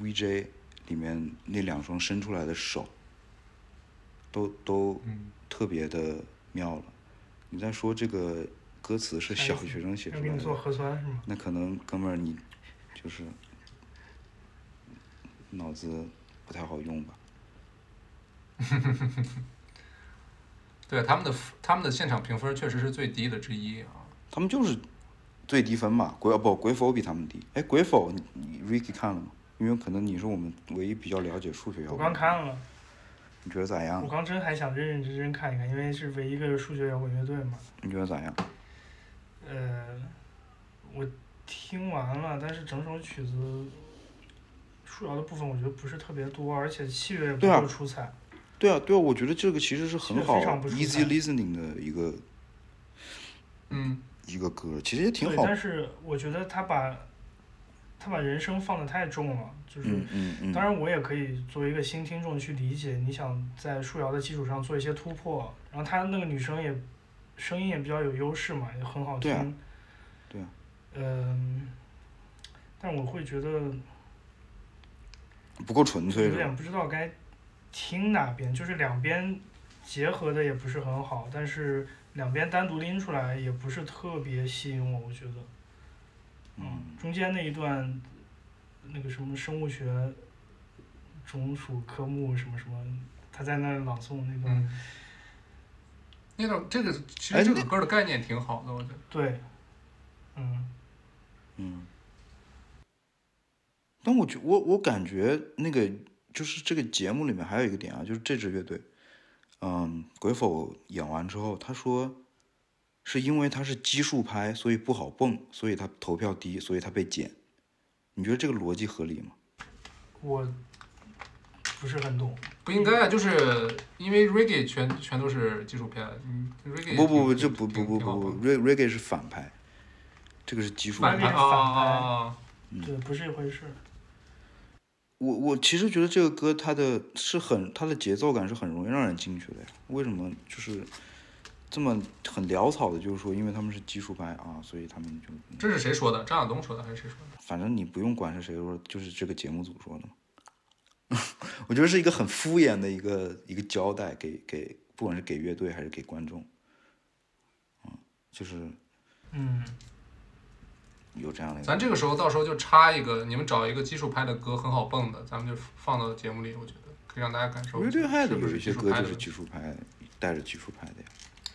Speaker 3: VJ 里面那两双伸出来的手，都都
Speaker 1: 嗯，
Speaker 3: 特别的妙了。你在说这个歌词是小学生写
Speaker 2: 要
Speaker 3: 出
Speaker 2: 给
Speaker 3: 来
Speaker 2: 哎你做
Speaker 3: 的，
Speaker 2: 核酸是吗？
Speaker 3: 那可能哥们儿你就是脑子不太好用吧？
Speaker 1: 对，他们的他们的现场评分确实是最低的之一啊。
Speaker 3: 他们就是最低分嘛，鬼哦不鬼否比他们低。哎，鬼否你你 Ricky 看了吗？因为可能你是我们唯一比较了解数学摇
Speaker 2: 我刚，
Speaker 3: 滚。
Speaker 2: 看了，
Speaker 3: 你觉得咋
Speaker 2: 我
Speaker 3: 样？
Speaker 2: 刚真还想认认真真看一看，因为是唯一一个数学摇滚乐队嘛。
Speaker 3: 你觉得咋样？
Speaker 2: 呃，我听完了，但是整首曲子树摇的部分我觉得不是特别多，而且器乐也不
Speaker 3: 对啊
Speaker 2: 够出彩。
Speaker 3: 对啊，对啊，我觉得这个其实是很
Speaker 2: 是
Speaker 3: 好
Speaker 2: 非常不出彩
Speaker 3: easy listening 的一个
Speaker 1: 嗯，
Speaker 3: 一个歌，其实也挺
Speaker 2: 对
Speaker 3: 好
Speaker 2: 但是我觉得他把他把人声放得太重了，就是。
Speaker 3: 嗯嗯嗯，
Speaker 2: 当然，我也可以作为一个新听众去理解，你想在树摇的基础上做一些突破，然后她那个女生也声音也比较有优势嘛，也很好
Speaker 3: 对
Speaker 2: 听。
Speaker 3: 啊对啊
Speaker 2: 嗯，但我会觉得
Speaker 3: 不够纯粹
Speaker 2: 有
Speaker 3: 是吧？
Speaker 2: 点不知道该听哪边，就是两边结合的也不是很好，但是两边单独拎出来也不是特别吸引我，我觉得。嗯，中间那一段，那个什么生物学中属科目什么什么，他在那儿朗诵那段，
Speaker 1: 嗯，那种这个其
Speaker 3: 哎
Speaker 1: 实这个
Speaker 3: 那
Speaker 1: 歌的概念挺好的，我觉得。
Speaker 2: 对，嗯，
Speaker 3: 嗯，但我觉我我感觉那个就是这个节目里面还有一个点啊，就是这支乐队，嗯，鬼否演完之后，他说是因为他是奇数拍，所以不好蹦，所以他投票低，所以他被剪。你觉得这个逻辑合理吗？
Speaker 2: 我不是很懂，
Speaker 1: 不应该啊，就是因为 reggae 全全都是技术片，嗯，reggae
Speaker 3: 不不不，
Speaker 1: 挺
Speaker 3: 这不不
Speaker 1: 挺
Speaker 3: 不
Speaker 1: 挺好
Speaker 3: 不
Speaker 1: 的
Speaker 3: 不，re reggae 是反拍，这个是奇数
Speaker 1: 反
Speaker 3: 拍。
Speaker 1: 派
Speaker 2: 反
Speaker 1: 啊
Speaker 2: 派
Speaker 1: 啊啊！啊
Speaker 3: 嗯
Speaker 2: 对，不是一回事，
Speaker 3: 我我其实觉得这个歌它的是很它的节奏感是很容易让人进去的呀。为什么就是这么很潦草的，就是说因为他们是基础派啊，所以他们就
Speaker 1: 这是谁说的？张亚东说的还是谁说的？
Speaker 3: 反正你不用管是谁说，就是这个节目组说的嘛。 我觉得是一个很敷衍的一个一个交代给给不管是给乐队还是给观众，嗯，就是
Speaker 2: 嗯，
Speaker 3: 有这样的一个。
Speaker 1: 咱这个时候到时候就插一个，你们找一个技术派的歌很好蹦的，咱们就放到节目里，我觉得可以让大家感受一
Speaker 3: 乐
Speaker 1: 下。
Speaker 3: 队害
Speaker 1: 是
Speaker 3: 的
Speaker 1: 不
Speaker 3: 有
Speaker 1: 是
Speaker 3: 一些
Speaker 1: 技术
Speaker 3: 歌
Speaker 1: 派
Speaker 3: 就
Speaker 1: 的
Speaker 3: 是技术派带着技术派的呀。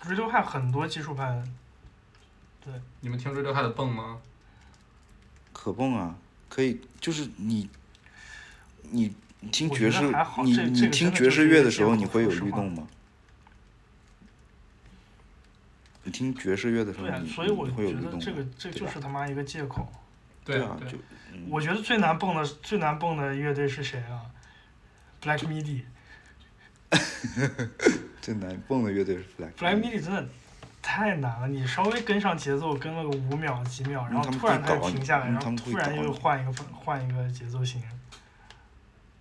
Speaker 2: r a d i o h 很多技术派，
Speaker 1: 你们听 Radiohead 的蹦吗？
Speaker 3: 可蹦啊，可以，就是你，你你听
Speaker 2: 我
Speaker 3: 爵
Speaker 2: 觉得
Speaker 3: 士
Speaker 2: 还，好
Speaker 3: 你
Speaker 2: 这这
Speaker 3: 你
Speaker 2: 个真
Speaker 3: 听
Speaker 2: 的
Speaker 3: 爵
Speaker 2: 就
Speaker 3: 士
Speaker 2: 是
Speaker 3: 乐
Speaker 2: 一
Speaker 3: 的
Speaker 2: 个
Speaker 3: 时候，
Speaker 2: 借
Speaker 3: 你
Speaker 2: 口
Speaker 3: 会有
Speaker 2: 说实
Speaker 3: 律
Speaker 2: 话
Speaker 3: 动吗？你听爵士乐的时候
Speaker 2: 对，啊，
Speaker 3: 你
Speaker 2: 所以我
Speaker 3: 你会有
Speaker 2: 觉
Speaker 3: 律
Speaker 2: 得
Speaker 3: 动
Speaker 2: 这个
Speaker 3: 吗？
Speaker 2: 这
Speaker 3: 对
Speaker 2: 就
Speaker 3: 吧
Speaker 2: 是他妈一个借口。
Speaker 1: 对
Speaker 3: 啊，就嗯
Speaker 2: 我觉得最难蹦的最难蹦的乐队是谁啊？Black Midi。
Speaker 3: 最难蹦的乐队是 Black
Speaker 2: Black
Speaker 3: Keys
Speaker 2: Midi 真的太难了，你稍微跟上节奏，跟了个五秒几秒，
Speaker 3: 嗯
Speaker 2: 然后
Speaker 3: 他们
Speaker 2: 突然
Speaker 3: 会
Speaker 2: 它就
Speaker 3: 搞你
Speaker 2: 停下来，
Speaker 3: 嗯
Speaker 2: 然
Speaker 3: 他
Speaker 2: 后
Speaker 3: 们会
Speaker 2: 突然
Speaker 3: 搞
Speaker 2: 又
Speaker 3: 你
Speaker 2: 换一个换一个节奏型，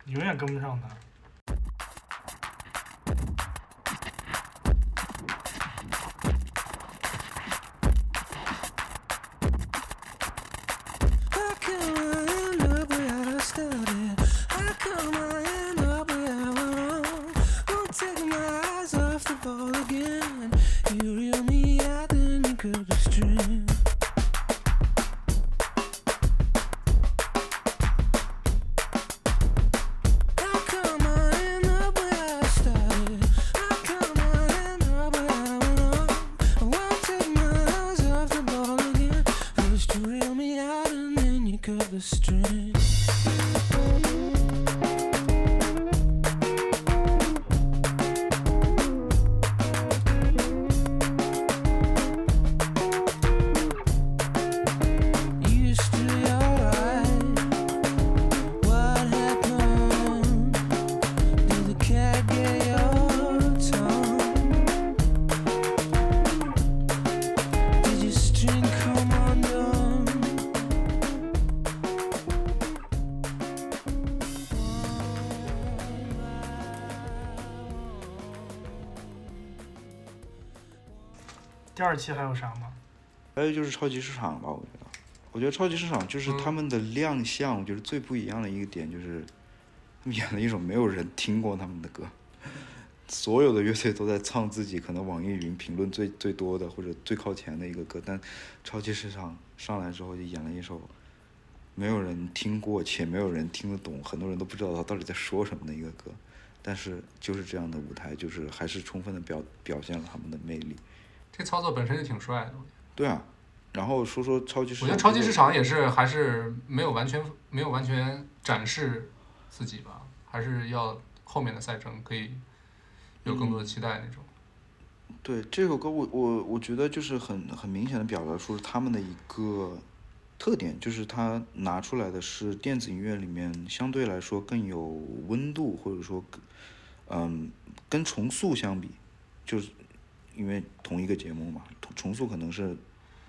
Speaker 2: 永远跟不上它。
Speaker 4: How come I end up where I started? How come I end up where I went wrong? Won't take my eyes off the ball again. You reel me out, then you cut the string. How come I end up where I started? How come I end up where I went wrong? I won't take my eyes off the ball again. First you reel me out, and then you cut the string. Used to your eyes. What happened? Did the cat get your tongue? Did your string come undone? One by one.
Speaker 2: 第二期还有啥吗？
Speaker 3: 还有就是超级市场吧，我觉得，我觉得超级市场就是他们的亮相，我觉得最不一样的一个点就是，他们演了一首没有人听过他们的歌，所有的乐队都在唱自己可能网易云评论最最多的或者最靠前的一个歌，但超级市场上来之后就演了一首没有人听过且没有人听得懂，很多人都不知道他到底在说什么的一个歌，但是就是这样的舞台，就是还是充分的表表现了他们的魅力。
Speaker 1: 这操作本身就挺帅的，
Speaker 3: 对啊，然后说说超级市
Speaker 1: 我
Speaker 3: 场
Speaker 1: 觉得超
Speaker 3: 这个，
Speaker 1: 级市场也是还是没有完全没有完全展示自己吧，还是要后面的赛程可以有更多的期待那种。
Speaker 3: 对这首歌我，我我觉得就是很很明显的表达出了他们的一个特点，就是他拿出来的是电子音乐里面相对来说更有温度，或者说更，嗯，跟重塑相比，就是因为同一个节目嘛，重重塑可能是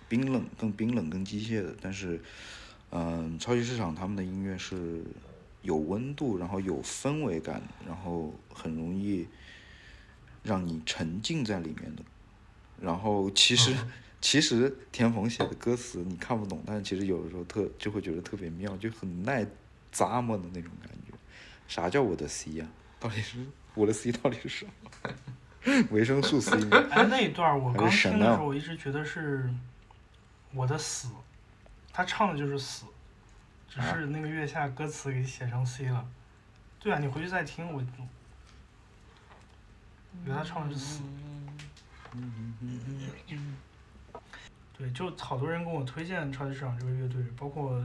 Speaker 3: 冰冷更冰冷更机械的，但是嗯，超级市场他们的音乐是有温度，然后有氛围感，然后很容易让你沉浸在里面的。然后其实、
Speaker 1: 嗯
Speaker 3: 其实田鹏写的歌词你看不懂，但是其实有的时候特就会觉得特别妙，就很耐咂摸的那种感觉。啥叫我的 C 呀、到底是我的 C 到底是什么？维生素 C 吗？
Speaker 2: 哎，那一段我
Speaker 3: 还
Speaker 2: 刚
Speaker 3: 是
Speaker 2: 听的时
Speaker 3: 闪亮
Speaker 2: 候，我一直觉得是我的死，他唱的就是死，只
Speaker 3: 啊
Speaker 2: 是那个月下歌词给写成 C 了。对啊，你回去再听，我我觉得他唱的是死。对，就好多人跟我推荐超级市场这个乐队，包括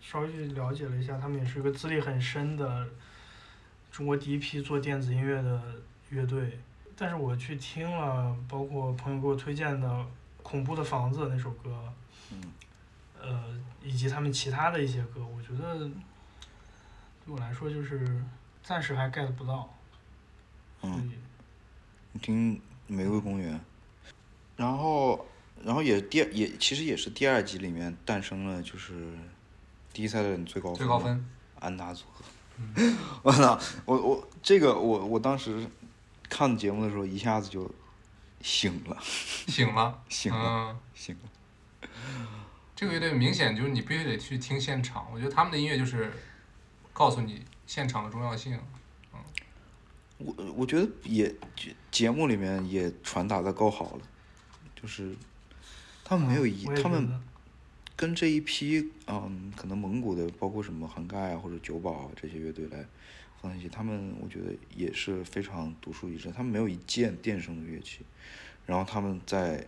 Speaker 2: 稍微去了解了一下，他们也是一个资历很深的中国第一批做电子音乐的乐队。但是我去听了，包括朋友给我推荐的《恐怖的房子》那首歌，
Speaker 3: 嗯，
Speaker 2: 呃，以及他们其他的一些歌，我觉得对我来说就是暂时还 get 不到，所
Speaker 3: 嗯
Speaker 2: 以
Speaker 3: 你听《玫瑰公园》，然后，然后也第也其实也是第二集里面诞生了，就是第一赛段最高分
Speaker 1: 最高分，
Speaker 3: 安达组合。 我操！我我这个我我当时看节目的时候，一下子就醒了，
Speaker 1: 醒了，
Speaker 3: 醒了，
Speaker 2: 啊
Speaker 1: 嗯，
Speaker 3: 醒了。
Speaker 1: 这个乐队明显就是你必须得去听现场，我觉得他们的音乐就是告诉你现场的重要性。
Speaker 3: 我我觉得也节节目里面也传达的够好了，就是他们没有一、
Speaker 2: 我也
Speaker 3: 他
Speaker 2: 觉
Speaker 3: 们
Speaker 2: 得
Speaker 3: 跟这一批嗯，可能蒙古的，包括什么杭盖啊或者九宝啊这些乐队来放在一起，他们我觉得也是非常独树一帜，他们没有一件电声的乐器，然后他们在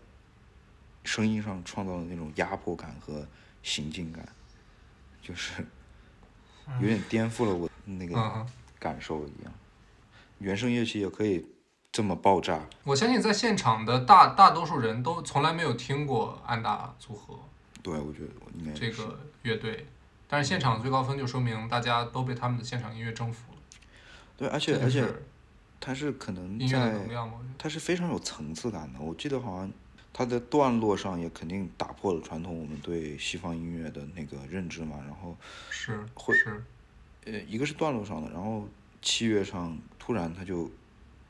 Speaker 3: 声音上创造的那种压迫感和行进感，就是有点颠覆了我那
Speaker 1: 嗯
Speaker 3: 个
Speaker 1: 哼，
Speaker 3: 感受一样。原声乐器也可以这么爆炸，
Speaker 1: 我相信在现场的大大多数人都从来没有听过安达组合
Speaker 3: 对我觉得我应该
Speaker 1: 这
Speaker 3: 是
Speaker 1: 个乐队，但是
Speaker 3: 嗯
Speaker 1: 现场的最高分就说明大家都被他们的现场音乐征服了。
Speaker 3: 对，而且
Speaker 1: 这就
Speaker 3: 而且
Speaker 1: 是
Speaker 3: 它是可能
Speaker 1: 音乐的
Speaker 3: 在
Speaker 1: 能量嘛，我觉得
Speaker 3: 它是非常有层次感的。我记得好像它的段落上也肯定打破了传统我们对西方音乐的那个认知嘛。然后，
Speaker 1: 是
Speaker 3: 会
Speaker 1: 是，
Speaker 3: 呃，一个是段落上的，然后器乐上突然它就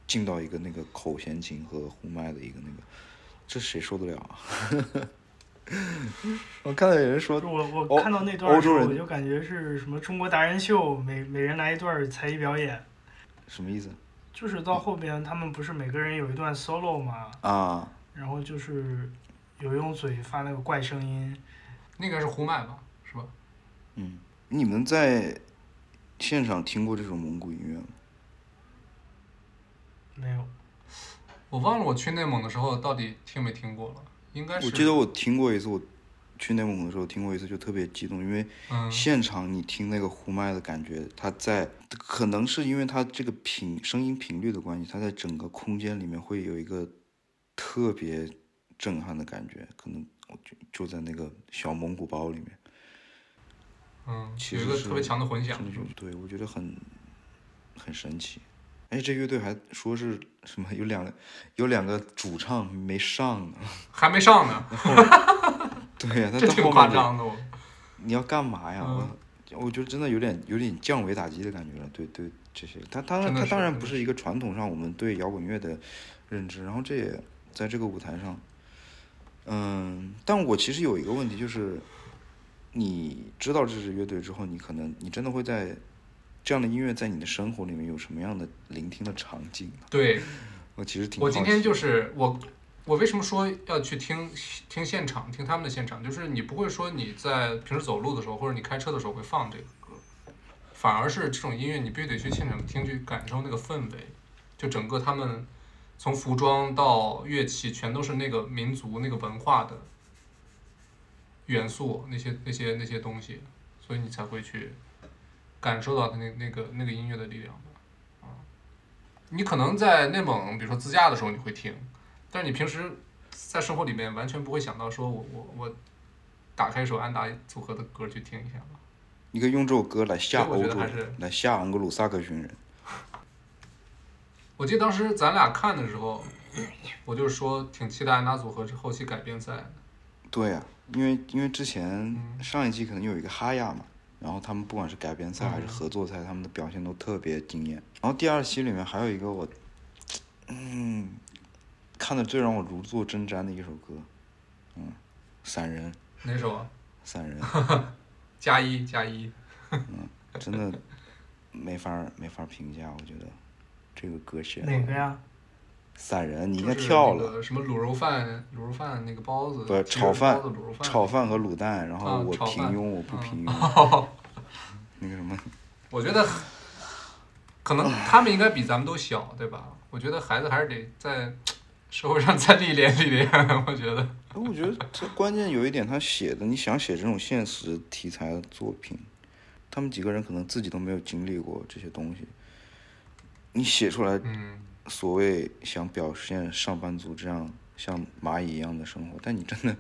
Speaker 3: 进到一个那个口弦琴和呼麦的一个那个，这谁受得了啊？ 我看到有人说
Speaker 2: 就，我
Speaker 3: 欧
Speaker 2: 我看到那段
Speaker 3: 欧
Speaker 2: 儿时
Speaker 3: 洲
Speaker 2: 候，
Speaker 3: 人
Speaker 2: 我就感觉是什么中国达人秀，每每人来一段儿才艺表演，
Speaker 3: 什么意思
Speaker 2: 就是到后边他们不是每个人有一段 solo 嘛，
Speaker 3: 啊？
Speaker 2: 然后就是有用嘴发那个怪声音，
Speaker 1: 那个是呼麦吧，是吧？
Speaker 3: 嗯，你们在现场听过这种蒙古音乐吗？
Speaker 2: 没有，
Speaker 1: 我忘了我去内蒙的时候到底听没听过了，应该是。
Speaker 3: 我记得我听过一次，我去内蒙的时候听过一次，就特别激动，因为
Speaker 1: 嗯，
Speaker 3: 现场你听那个呼麦的感觉，它在可能是因为它这个频声音频率的关系，它在整个空间里面会有一个特别震撼的感觉，可能我就就在那个小蒙古包里面，
Speaker 1: 嗯，
Speaker 3: 其
Speaker 1: 有一
Speaker 3: 实
Speaker 1: 个
Speaker 3: 是
Speaker 1: 特别强的混响
Speaker 3: 真的，就对我觉得很很神奇。哎，这乐队还说是什么有两个有两个主唱没上呢？
Speaker 1: 还没上呢，
Speaker 3: 对呀、那
Speaker 1: 这
Speaker 3: 到后
Speaker 1: 挺
Speaker 3: 面
Speaker 1: 夸
Speaker 3: 就
Speaker 1: 张的。我
Speaker 3: 你要干嘛呀？
Speaker 1: 嗯
Speaker 3: 我我觉得真的有点有点降维打击的感觉了。对对，这些他当然
Speaker 1: 真的
Speaker 3: 他
Speaker 1: 是
Speaker 3: 当然
Speaker 1: 真
Speaker 3: 不
Speaker 1: 的
Speaker 3: 是一个传统上我们对摇滚乐的认知，然后这也在这个舞台上，嗯，但我其实有一个问题就是，你知道这支乐队之后，你可能你真的会在这样的音乐在你的生活里面有什么样的聆听的场景呢？
Speaker 1: 对
Speaker 3: 我其实挺
Speaker 1: 我
Speaker 3: 好
Speaker 1: 今天
Speaker 3: 奇
Speaker 1: 就是我，我为什么说要去听听现场，听他们的现场？就是你不会说你在平时走路的时候，或者你开车的时候会放这个歌，反而是这种音乐你必须得去现场听，去感受那个氛围，就整个他们从服装到乐器，全都是那个民族那个文化的元素，那些那些那些东西，所以你才会去感受到他那那个那个音乐的力量吧。你可能在内蒙，比如说自驾的时候你会听，但是你平时在生活里面完全不会想到说我我我打开一首安达组合的歌去听一下吧。
Speaker 3: 你可以用这首歌来吓
Speaker 1: 所以
Speaker 3: 欧
Speaker 1: 我觉得
Speaker 3: 洲
Speaker 1: 还
Speaker 3: 人
Speaker 1: 是，
Speaker 3: 来吓盎格鲁撒克逊人。
Speaker 1: 我记得当时咱俩看的时候，我就说挺期待安达组合这后期改编赛的，
Speaker 3: 对呀、啊因为因为之前
Speaker 1: 嗯
Speaker 3: 上一季可能有一个哈亚嘛，然后他们不管是改编赛还是
Speaker 1: 嗯
Speaker 3: 合作赛，他们的表现都特别惊艳。然后第二期里面还有一个我，嗯，看的最让我如坐针毡的一首歌，嗯，散人
Speaker 1: 哪首啊？
Speaker 3: 散人，
Speaker 1: 加一加一，
Speaker 3: 真的没法儿没法儿评价，我觉得这个歌选
Speaker 2: 哪个呀？
Speaker 3: 散人你应
Speaker 1: 就
Speaker 3: 该
Speaker 1: 是
Speaker 3: 跳
Speaker 1: 那
Speaker 3: 了。
Speaker 1: 个什么卤肉饭、卤肉饭那个包子，
Speaker 3: 不是
Speaker 1: 其实
Speaker 3: 炒饭
Speaker 1: 包子卤肉饭，
Speaker 3: 炒 饭和卤蛋，然后
Speaker 1: 啊
Speaker 3: 我
Speaker 1: 炒
Speaker 3: 平
Speaker 1: 饭
Speaker 3: 庸，我不
Speaker 1: 嗯
Speaker 3: 平庸，那个什么，
Speaker 1: 我觉得可能他们应该比咱们都小，对吧？我觉得孩子还是得在社会上再历练 历练。我觉得，
Speaker 3: 哎我觉得他关键有一点，他写的，你想写这种现实题材的作品，他们几个人可能自己都没有经历过这些东西，你写出来
Speaker 1: 嗯，
Speaker 3: 所谓想表现上班族这样像蚂蚁一样的生活，但你真的，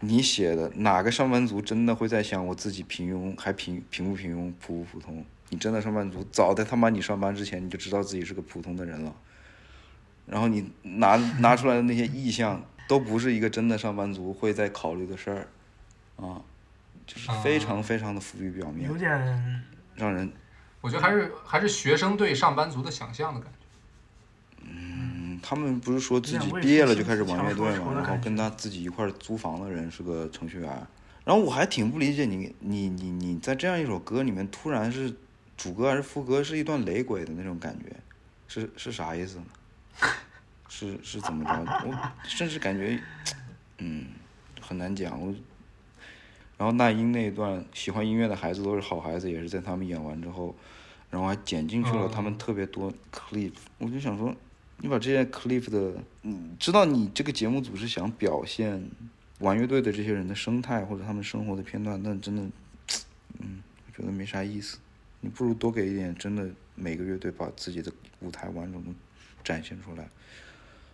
Speaker 3: 你写的哪个上班族真的会在想我自己平庸还平平不平庸普不普通？你真的上班族，早在他妈你上班之前你就知道自己是个普通的人了，然后你拿拿出来的那些意象都不是一个真的上班族会在考虑的事儿，啊，就是非常非常的浮于表面
Speaker 2: 有，点
Speaker 3: 让人
Speaker 1: 我觉得还是还是学生对上班族的想象的感觉。
Speaker 3: 嗯，他们不是说自己
Speaker 2: 两位
Speaker 3: 毕业
Speaker 2: 夫
Speaker 3: 了
Speaker 2: 妻
Speaker 3: 就开始玩乐队
Speaker 2: 强
Speaker 3: 嘛
Speaker 2: 说，
Speaker 3: 然
Speaker 2: 愁
Speaker 3: 后
Speaker 2: 的
Speaker 3: 跟他自己一块儿租房的人是个程序员，然后我还挺不理解你，你你你在这样一首歌里面突然是主歌还是副歌是一段雷鬼的那种感觉，是是啥意思呢？是是怎么着？我甚至感觉，嗯，很难讲。我，然后那英那一段，喜欢音乐的孩子都是好孩子，也是在他们演完之后，然后还剪进去了他们特别多 clip，、我就想说，你把这些 clip 的，嗯，知道你这个节目组是想表现玩乐队的这些人的生态或者他们生活的片段，但真的，嗯，我觉得没啥意思。你不如多给一点，真的每个乐队把自己的舞台完整的展现出来，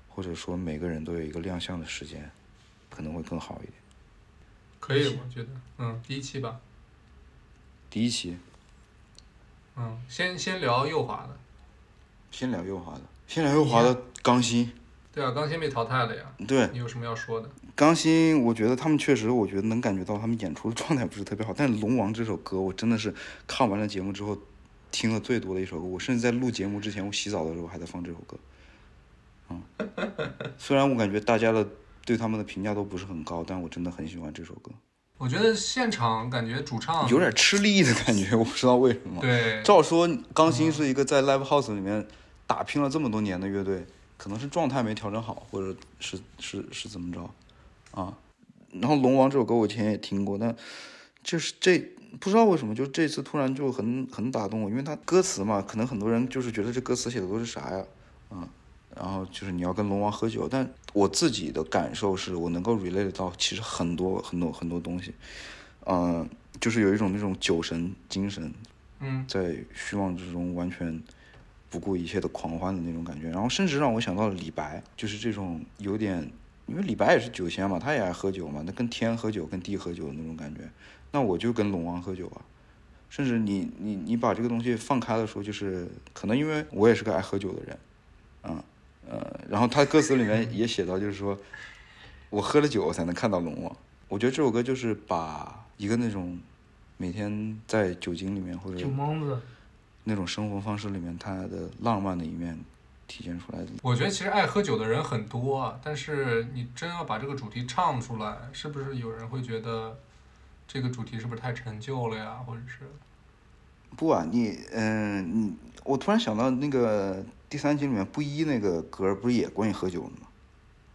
Speaker 3: 或者说每个人都有一个亮相的时间，可能会更好一点。
Speaker 1: 可以，我觉得，嗯，第一期吧，
Speaker 3: 第一期
Speaker 1: 嗯，先先聊右滑的，
Speaker 3: 先聊右滑的，先聊右滑的钢筋，
Speaker 1: 对啊，刚先被淘汰了呀，
Speaker 3: 对
Speaker 1: 你有什么要说的？
Speaker 3: 钢筋，我觉得他们确实，我觉得能感觉到他们演出的状态不是特别好。但《龙王》这首歌，我真的是看完了节目之后听了最多的一首歌。我甚至在录节目之前，我洗澡的时候还在放这首歌。嗯， 虽然我感觉大家的对他们的评价都不是很高，但我真的很喜欢这首歌，
Speaker 1: 我觉得现场感觉主唱
Speaker 3: 有点吃力的感觉，我不知道为什么。
Speaker 1: 对，
Speaker 3: 照说，钢琴是一个在 live house 里面打拼了这么多年的乐队，可能是状态没调整好，或者是是是怎么着啊？然后《龙王》这首歌我以前也听过，但就是这不知道为什么，就这次突然就很很打动我，因为它歌词嘛，可能很多人就是觉得这歌词写的都是啥呀，啊，然后就是你要跟龙王喝酒，但我自己的感受是我能够 relate 到其实很多很多很多东西，嗯、就是有一种那种酒神精神，
Speaker 1: 嗯，
Speaker 3: 在虚妄之中完全不顾一切的狂欢的那种感觉，然后甚至让我想到了李白，就是这种有点，因为李白也是酒仙嘛，他也爱喝酒嘛，那跟天喝酒、跟地喝酒的那种感觉，那我就跟龙王喝酒啊。甚至你你你把这个东西放开了说，就是可能因为我也是个爱喝酒的人，嗯呃，然后他歌词里面也写到，就是说我喝了酒我才能看到龙王。我觉得这首歌就是把一个那种每天在酒精里面或者
Speaker 2: 酒蒙子，
Speaker 3: 那种生活方式里面他的浪漫的一面体现出来的。
Speaker 1: 我觉得其实爱喝酒的人很多啊，但是你真要把这个主题唱出来，是不是有人会觉得这个主题是不是太陈旧了呀？或者是，
Speaker 3: 不啊，你嗯、你我突然想到那个第三集里面布衣那个歌儿不是也关于喝酒的吗？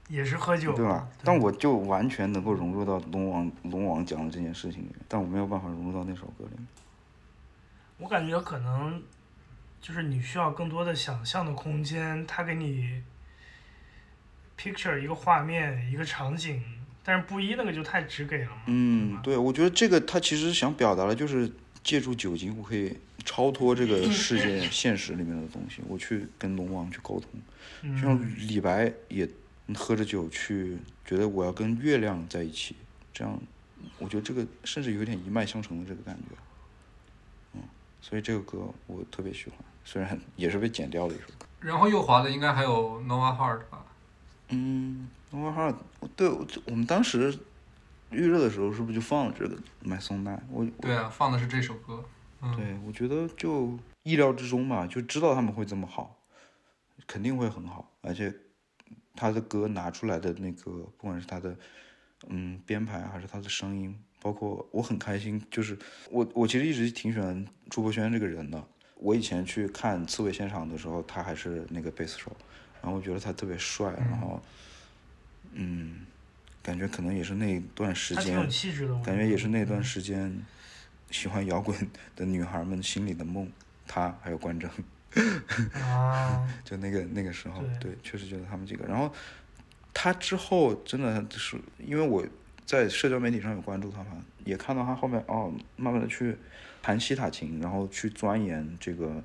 Speaker 2: 也是喝酒，
Speaker 3: 对吧？但我就完全能够融入到龙王龙王讲的这件事情里面，但我没有办法融入到那首歌里面。
Speaker 2: 我感觉可能就是你需要更多的想象的空间，它给你 picture 一个画面、一个场景，但是布衣那个就太直给了嘛。
Speaker 3: 嗯
Speaker 2: 吧，
Speaker 3: 对，我觉得这个他其实想表达的就是借助酒精，我可以超脱这个世界现实里面的东西，我去跟龙王去沟通。就像
Speaker 2: 嗯，
Speaker 3: 李白也喝着酒去，觉得我要跟月亮在一起，这样，我觉得这个甚至有点一脉相承的这个感觉，嗯，所以这个歌我特别喜欢，虽然也是被剪掉了一首歌。
Speaker 1: 然后右滑的应该还有 Nova Hard 吧？
Speaker 3: 嗯，我好像对我我们当时预热的时候是不是就放了这个买松奈？我
Speaker 1: 对啊，放的是这首歌。嗯，
Speaker 3: 对，我觉得就意料之中吧，就知道他们会这么好，肯定会很好。而且他的歌拿出来的那个，不管是他的嗯编排，还是他的声音，包括我很开心，就是我我其实一直挺喜欢朱柏轩这个人的。我以前去看刺猬现场的时候，他还是那个贝斯手，然后我觉得他特别帅，然后嗯，感觉可能也是那段时
Speaker 2: 他
Speaker 3: 间
Speaker 2: 挺有气质的，我
Speaker 3: 感觉也是那段时间喜欢摇滚的女孩们心里的梦。他还有关喆，
Speaker 2: 觉 啊，
Speaker 3: 就那个那个时候，
Speaker 2: 对
Speaker 3: 对，确实觉得他们几个。然后他之后真的是因为我在社交媒体上有关注他嘛，也看到他后面哦，慢慢的去弹西塔琴，然后去钻研这个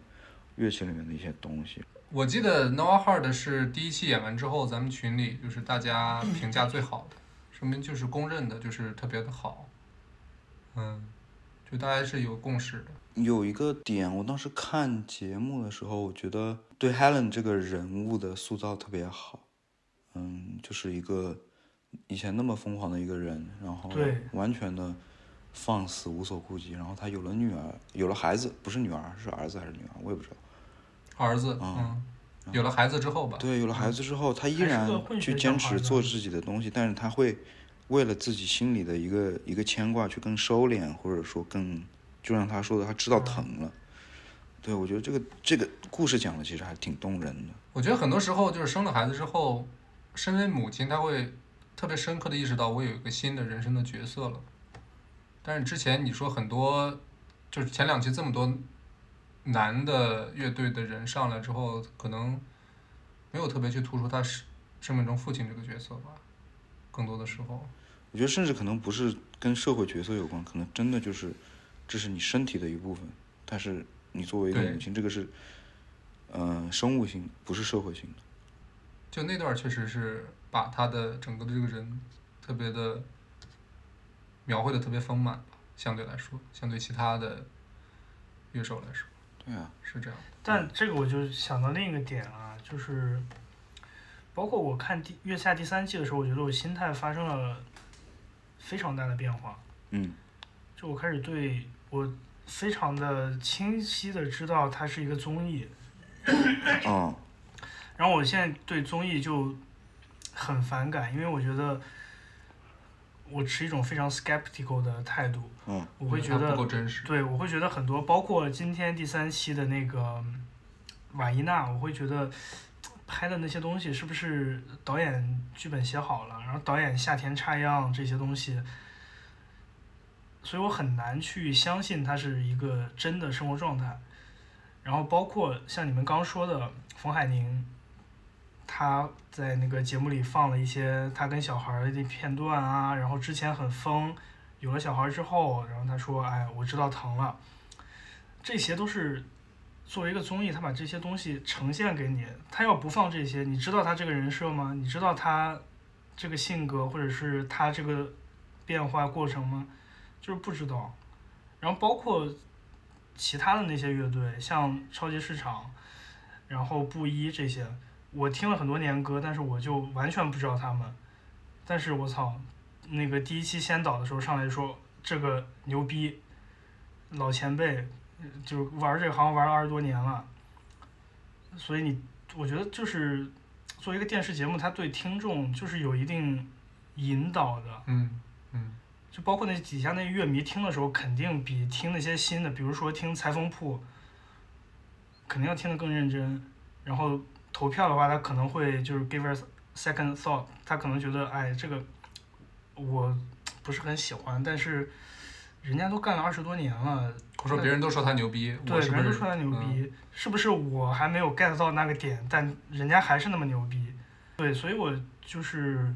Speaker 3: 乐器里面的一些东西。
Speaker 1: 我记得 Noah Hard 是第一期演完之后，咱们群里就是大家评价最好的，说明就是公认的，就是特别的好。嗯，就大家是有共识的。
Speaker 3: 有一个点，我当时看节目的时候，我觉得对 Helen 这个人物的塑造特别好。嗯，就是一个以前那么疯狂的一个人，然后
Speaker 2: 对
Speaker 3: 完全的放肆无所顾忌，然后他有了女儿，有了孩子，不是女儿，是儿子还是女儿，我也不知道。
Speaker 1: 儿子，
Speaker 3: 嗯
Speaker 1: 嗯，有了孩子之后吧，
Speaker 3: 对，有了孩子之后，他依
Speaker 2: 啊还是
Speaker 3: 然
Speaker 2: 个混
Speaker 3: 去
Speaker 2: 血
Speaker 3: 坚
Speaker 2: 小
Speaker 3: 持
Speaker 2: 孩
Speaker 3: 做
Speaker 2: 呢
Speaker 3: 自己的东西，但是他会为了自己心里的一个一个牵挂去更收敛，或者说更，就像他说的，他
Speaker 2: 嗯
Speaker 3: 知道疼了。对，我觉得这个这个故事讲的其实还挺动人的。
Speaker 1: 我觉得很多时候就是生了孩子之后，身为母亲，她会特别深刻的意识到我有一个新的人生的角色了。但是之前你说很多，就是前两期这么多男的乐队的人上来之后，可能没有特别去突出他是生命中父亲这个角色吧，更多的时候，
Speaker 3: 我觉得甚至可能不是跟社会角色有关，可能真的就是这是你身体的一部分，但是你作为一个
Speaker 1: 对
Speaker 3: 母亲，这个是呃生物性，不是社会性的。
Speaker 1: 就那段确实是把他的整个的这个人特别的描绘的特别丰满吧，相对来说，相对其他的乐手来说
Speaker 3: 对啊，
Speaker 1: 是这样的。
Speaker 2: 但这个我就想到另一个点啊，就是包括我看第月下第三季的时候，我觉得我心态发生了非常大的变化，
Speaker 3: 嗯，
Speaker 2: 就我开始对我非常的清晰的知道它是一个综艺，
Speaker 3: 啊、
Speaker 2: 然后我现在对综艺就很反感，因为我觉得我持一种非常 skeptical 的态度，
Speaker 3: 嗯，
Speaker 2: 我会觉
Speaker 1: 它
Speaker 2: 得
Speaker 1: 不够真实。
Speaker 2: 对，我会觉得很多，包括今天第三期的那个嗯瓦伊娜，我会觉得拍的那些东西是不是导演剧本写好了，然后导演下田插秧这些东西，所以我很难去相信它是一个真的生活状态。然后包括像你们刚说的冯海宁，他在那个节目里放了一些他跟小孩儿的片段啊，然后之前很疯，有了小孩之后，然后他说：“哎，我知道疼了。”这些都是作为一个综艺，他把这些东西呈现给你。他要不放这些，你知道他这个人设吗？你知道他这个性格，或者是他这个变化过程吗？就是不知道。然后包括其他的那些乐队，像超级市场，然后布衣这些，我听了很多年歌，但是我就完全不知道他们。但是我操，那个第一期先导的时候上来就说这个牛逼，老前辈，呃就玩这行玩了二十多年了，所以你我觉得就是作为一个电视节目，它对听众就是有一定引导的，
Speaker 1: 嗯嗯，
Speaker 2: 就包括那底下那乐迷听的时候，肯定比听那些新的，比如说听裁缝铺，肯定要听得更认真。然后投票的话，他可能会就是 give us second thought，他可能觉得哎这个我不是很喜欢，但是人家都干了二十多年了，
Speaker 1: 我说别人都说他牛逼，
Speaker 2: 对，
Speaker 1: 我是
Speaker 2: 人
Speaker 1: 不是
Speaker 2: 家都说他牛
Speaker 1: 嗯
Speaker 2: 逼，是不是我还没有 get 到那个点，但人家还是那么牛逼？对，所以我 就是。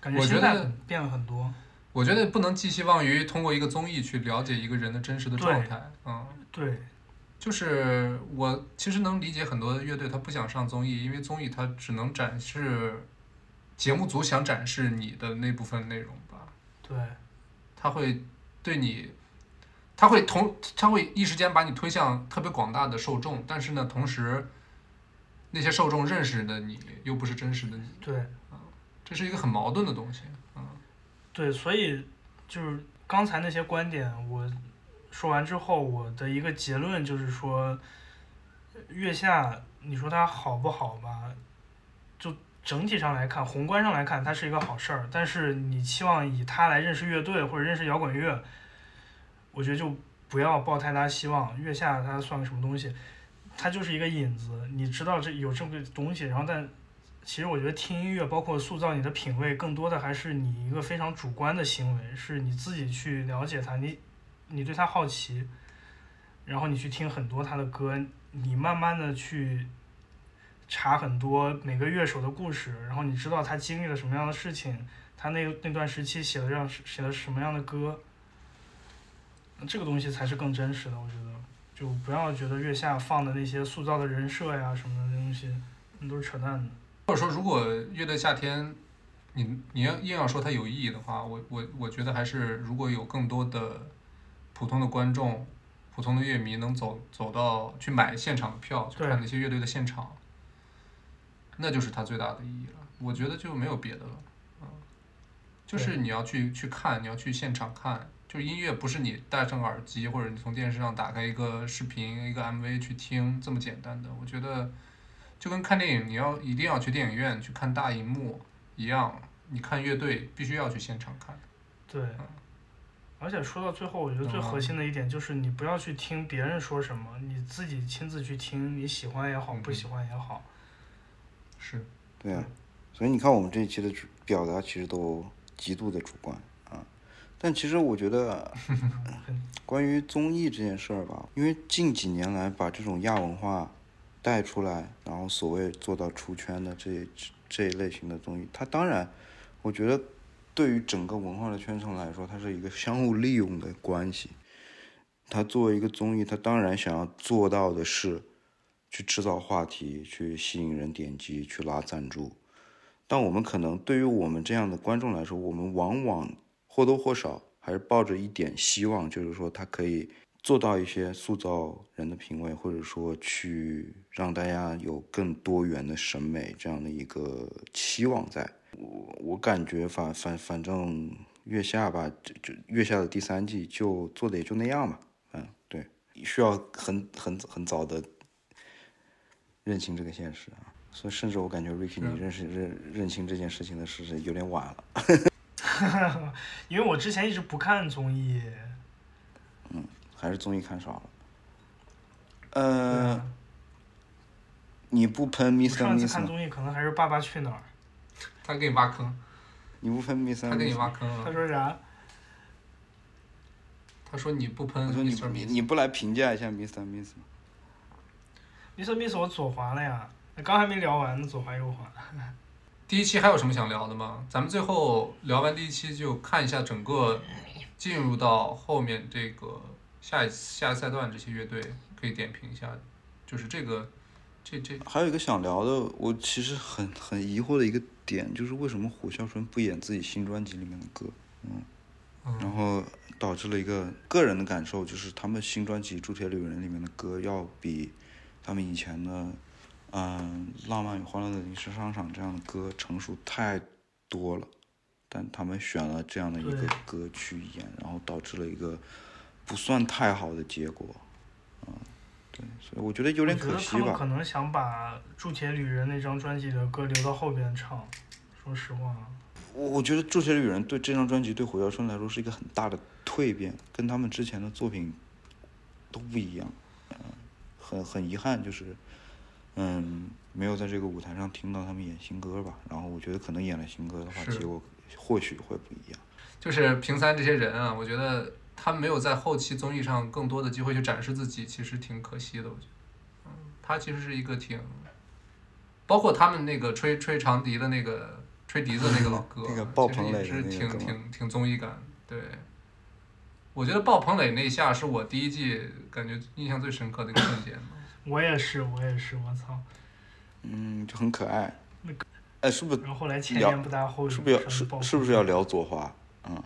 Speaker 2: 感
Speaker 1: 我觉
Speaker 2: 心态
Speaker 1: 得
Speaker 2: 变了很多。
Speaker 1: 我觉得不能寄希望于通过一个综艺去了解一个人的真实的状
Speaker 2: 对
Speaker 1: 态。嗯，
Speaker 2: 对，
Speaker 1: 就是我其实能理解很多乐队他不想上综艺，因为综艺它只能展示节目组想展示你的那部分内容吧。
Speaker 2: 对，
Speaker 1: 他会对你，他会同他会一时间把你推向特别广大的受众，但是呢，同时那些受众认识的你又不是真实的你，
Speaker 2: 对，
Speaker 1: 这是一个很矛盾的东西。嗯
Speaker 2: 对，所以就是刚才那些观点，我说完之后，我的一个结论就是说，月下你说它好不好吧？就整体上来看，宏观上来看，它是一个好事儿。但是你期望以它来认识乐队或者认识摇滚乐，我觉得就不要抱太大希望。月下它算个什么东西？它就是一个引子，你知道这有这么个东西，然后但其实我觉得听音乐，包括塑造你的品味，更多的还是你一个非常主观的行为，是你自己去了解它，你你对它好奇，然后你去听很多他的歌，你慢慢的去查很多每个乐手的故事，然后你知道他经历了什么样的事情，他那那段时期写了让写了什么样的歌，这个东西才是更真实的，我觉得。就不要觉得月下放的那些塑造的人设呀什么的东西，那都是扯淡的。
Speaker 1: 或者说，如果乐队呃夏天，你你要硬要说它有意义的话，我我我觉得还是如果有更多的普通的观众、普通的乐迷能走走到去买现场的票，去
Speaker 2: 对
Speaker 1: 看那些乐队的现场，那就是它最大的意义了。我觉得就没有别的了，嗯，就是你要去去看，你要去现场看，就是音乐不是你戴上耳机或者你从电视上打开一个视频、一个 MV 去听这么简单的。我觉得。就跟看电影，你要一定要去电影院去看大荧幕一样，你看乐队必须要去现场看。
Speaker 2: 对，
Speaker 3: 嗯
Speaker 2: 而且说到最后，我觉得最
Speaker 1: 嗯
Speaker 2: 核心的一点就是你不要去听别人说什么，你自己亲自去听，你喜欢也好，
Speaker 1: 嗯
Speaker 2: 不喜欢也好。
Speaker 1: 是，
Speaker 3: 对啊，所以你看我们这一期的主表达其实都极度的主观啊，但其实我觉得关于综艺这件事儿吧，因为近几年来把这种亚文化带出来，然后所谓做到出圈的这这这一类型的综艺，它当然，我觉得对于整个文化的圈层来说，它是一个相互利用的关系。它作为一个综艺，它当然想要做到的是去制造话题，去吸引人点击，去拉赞助。但我们可能对于我们这样的观众来说，我们往往或多或少还是抱着一点希望，就是说它可以做到一些塑造人的品味，或者说去让大家有更多元的审美这样的一个期望在。我我感觉反反反正月下吧，这这月下的第三季就做的也就那样吧，嗯，对，需要很很很早的认清这个现实啊。所以，甚至我感觉 Ricky，你
Speaker 2: 嗯
Speaker 3: 认识认认清这件事情的事是有点晚了。
Speaker 2: 因为我之前一直不看综艺，
Speaker 3: 还是综艺看少了。呃，你不喷 Mr.
Speaker 2: 我啊上次
Speaker 3: Miss
Speaker 2: 看
Speaker 3: 吗？
Speaker 2: 综艺可能还是《爸爸去哪儿
Speaker 1: 他给你挖坑，
Speaker 3: 你不喷 Mr.
Speaker 1: 他给你
Speaker 3: Miss？
Speaker 1: 挖坑》。
Speaker 2: 他
Speaker 1: 了。
Speaker 2: 说啥？
Speaker 1: 他说你不喷
Speaker 3: 我说你不
Speaker 1: Mr.
Speaker 3: 你
Speaker 1: Miss，
Speaker 3: 你不来评价一下 Mr. Miss 吗？
Speaker 2: Mr. Miss 我左滑了呀，刚还没聊完呢，左滑右滑。
Speaker 1: 第一期还有什么想聊的吗？咱们最后聊完第一期，就看一下整个进入到后面这个下一下一赛段这些乐队，可以点评一下，就是这个这这
Speaker 3: 还有一个想聊的，我其实很很疑惑的一个点，就是为什么虎啸春不演自己新专辑里面的歌？嗯，然后导致了一个个人的感受，就是他们新专辑《铸铁旅人》里面的歌要比他们以前的嗯、浪漫与欢乐的临时商场》这样的歌成熟太多了。但他们选了这样的一个
Speaker 2: 对
Speaker 3: 歌去演，然后导致了一个不算太好的结果，嗯，对，所以我觉得有
Speaker 2: 有
Speaker 3: 点可
Speaker 2: 我觉得他
Speaker 3: 惜
Speaker 2: 们。
Speaker 3: 吧
Speaker 2: 可能想把《铸铁旅人》那张专辑的歌留到后边唱，说实话。
Speaker 3: 我我觉得《铸铁旅人》对这张专辑对虎啸春来说是一个很大的蜕变，跟他们之前的作品都不一样。嗯、很很遗憾，就是嗯，没有在这个舞台上听到他们演新歌吧。然后我觉得可能演了新歌的话，
Speaker 1: 是
Speaker 3: 结果或许会不一样。，
Speaker 1: 就是平三这些人啊，我觉得他没有在后期综艺上更多的机会去展示自己，其实挺可惜的。我觉得，嗯，他其实是一个挺，包括他们那个吹吹长笛的那个吹笛子那个老哥啊
Speaker 3: 那个爆
Speaker 1: 其实
Speaker 3: 棚
Speaker 1: 也
Speaker 3: 垒的
Speaker 1: 是
Speaker 3: 那个
Speaker 1: 挺
Speaker 3: 哥们儿
Speaker 1: 挺挺综艺感。对，我觉得爆棚垒那一下是我第一季感觉印象最深刻的一个瞬间。
Speaker 2: 我也是，我也是，我操！
Speaker 3: 嗯，就很可爱。哎，是不是
Speaker 2: 然后后来前
Speaker 3: 聊
Speaker 2: 言不搭后语，
Speaker 3: 是不是要是是不是要聊左滑？嗯，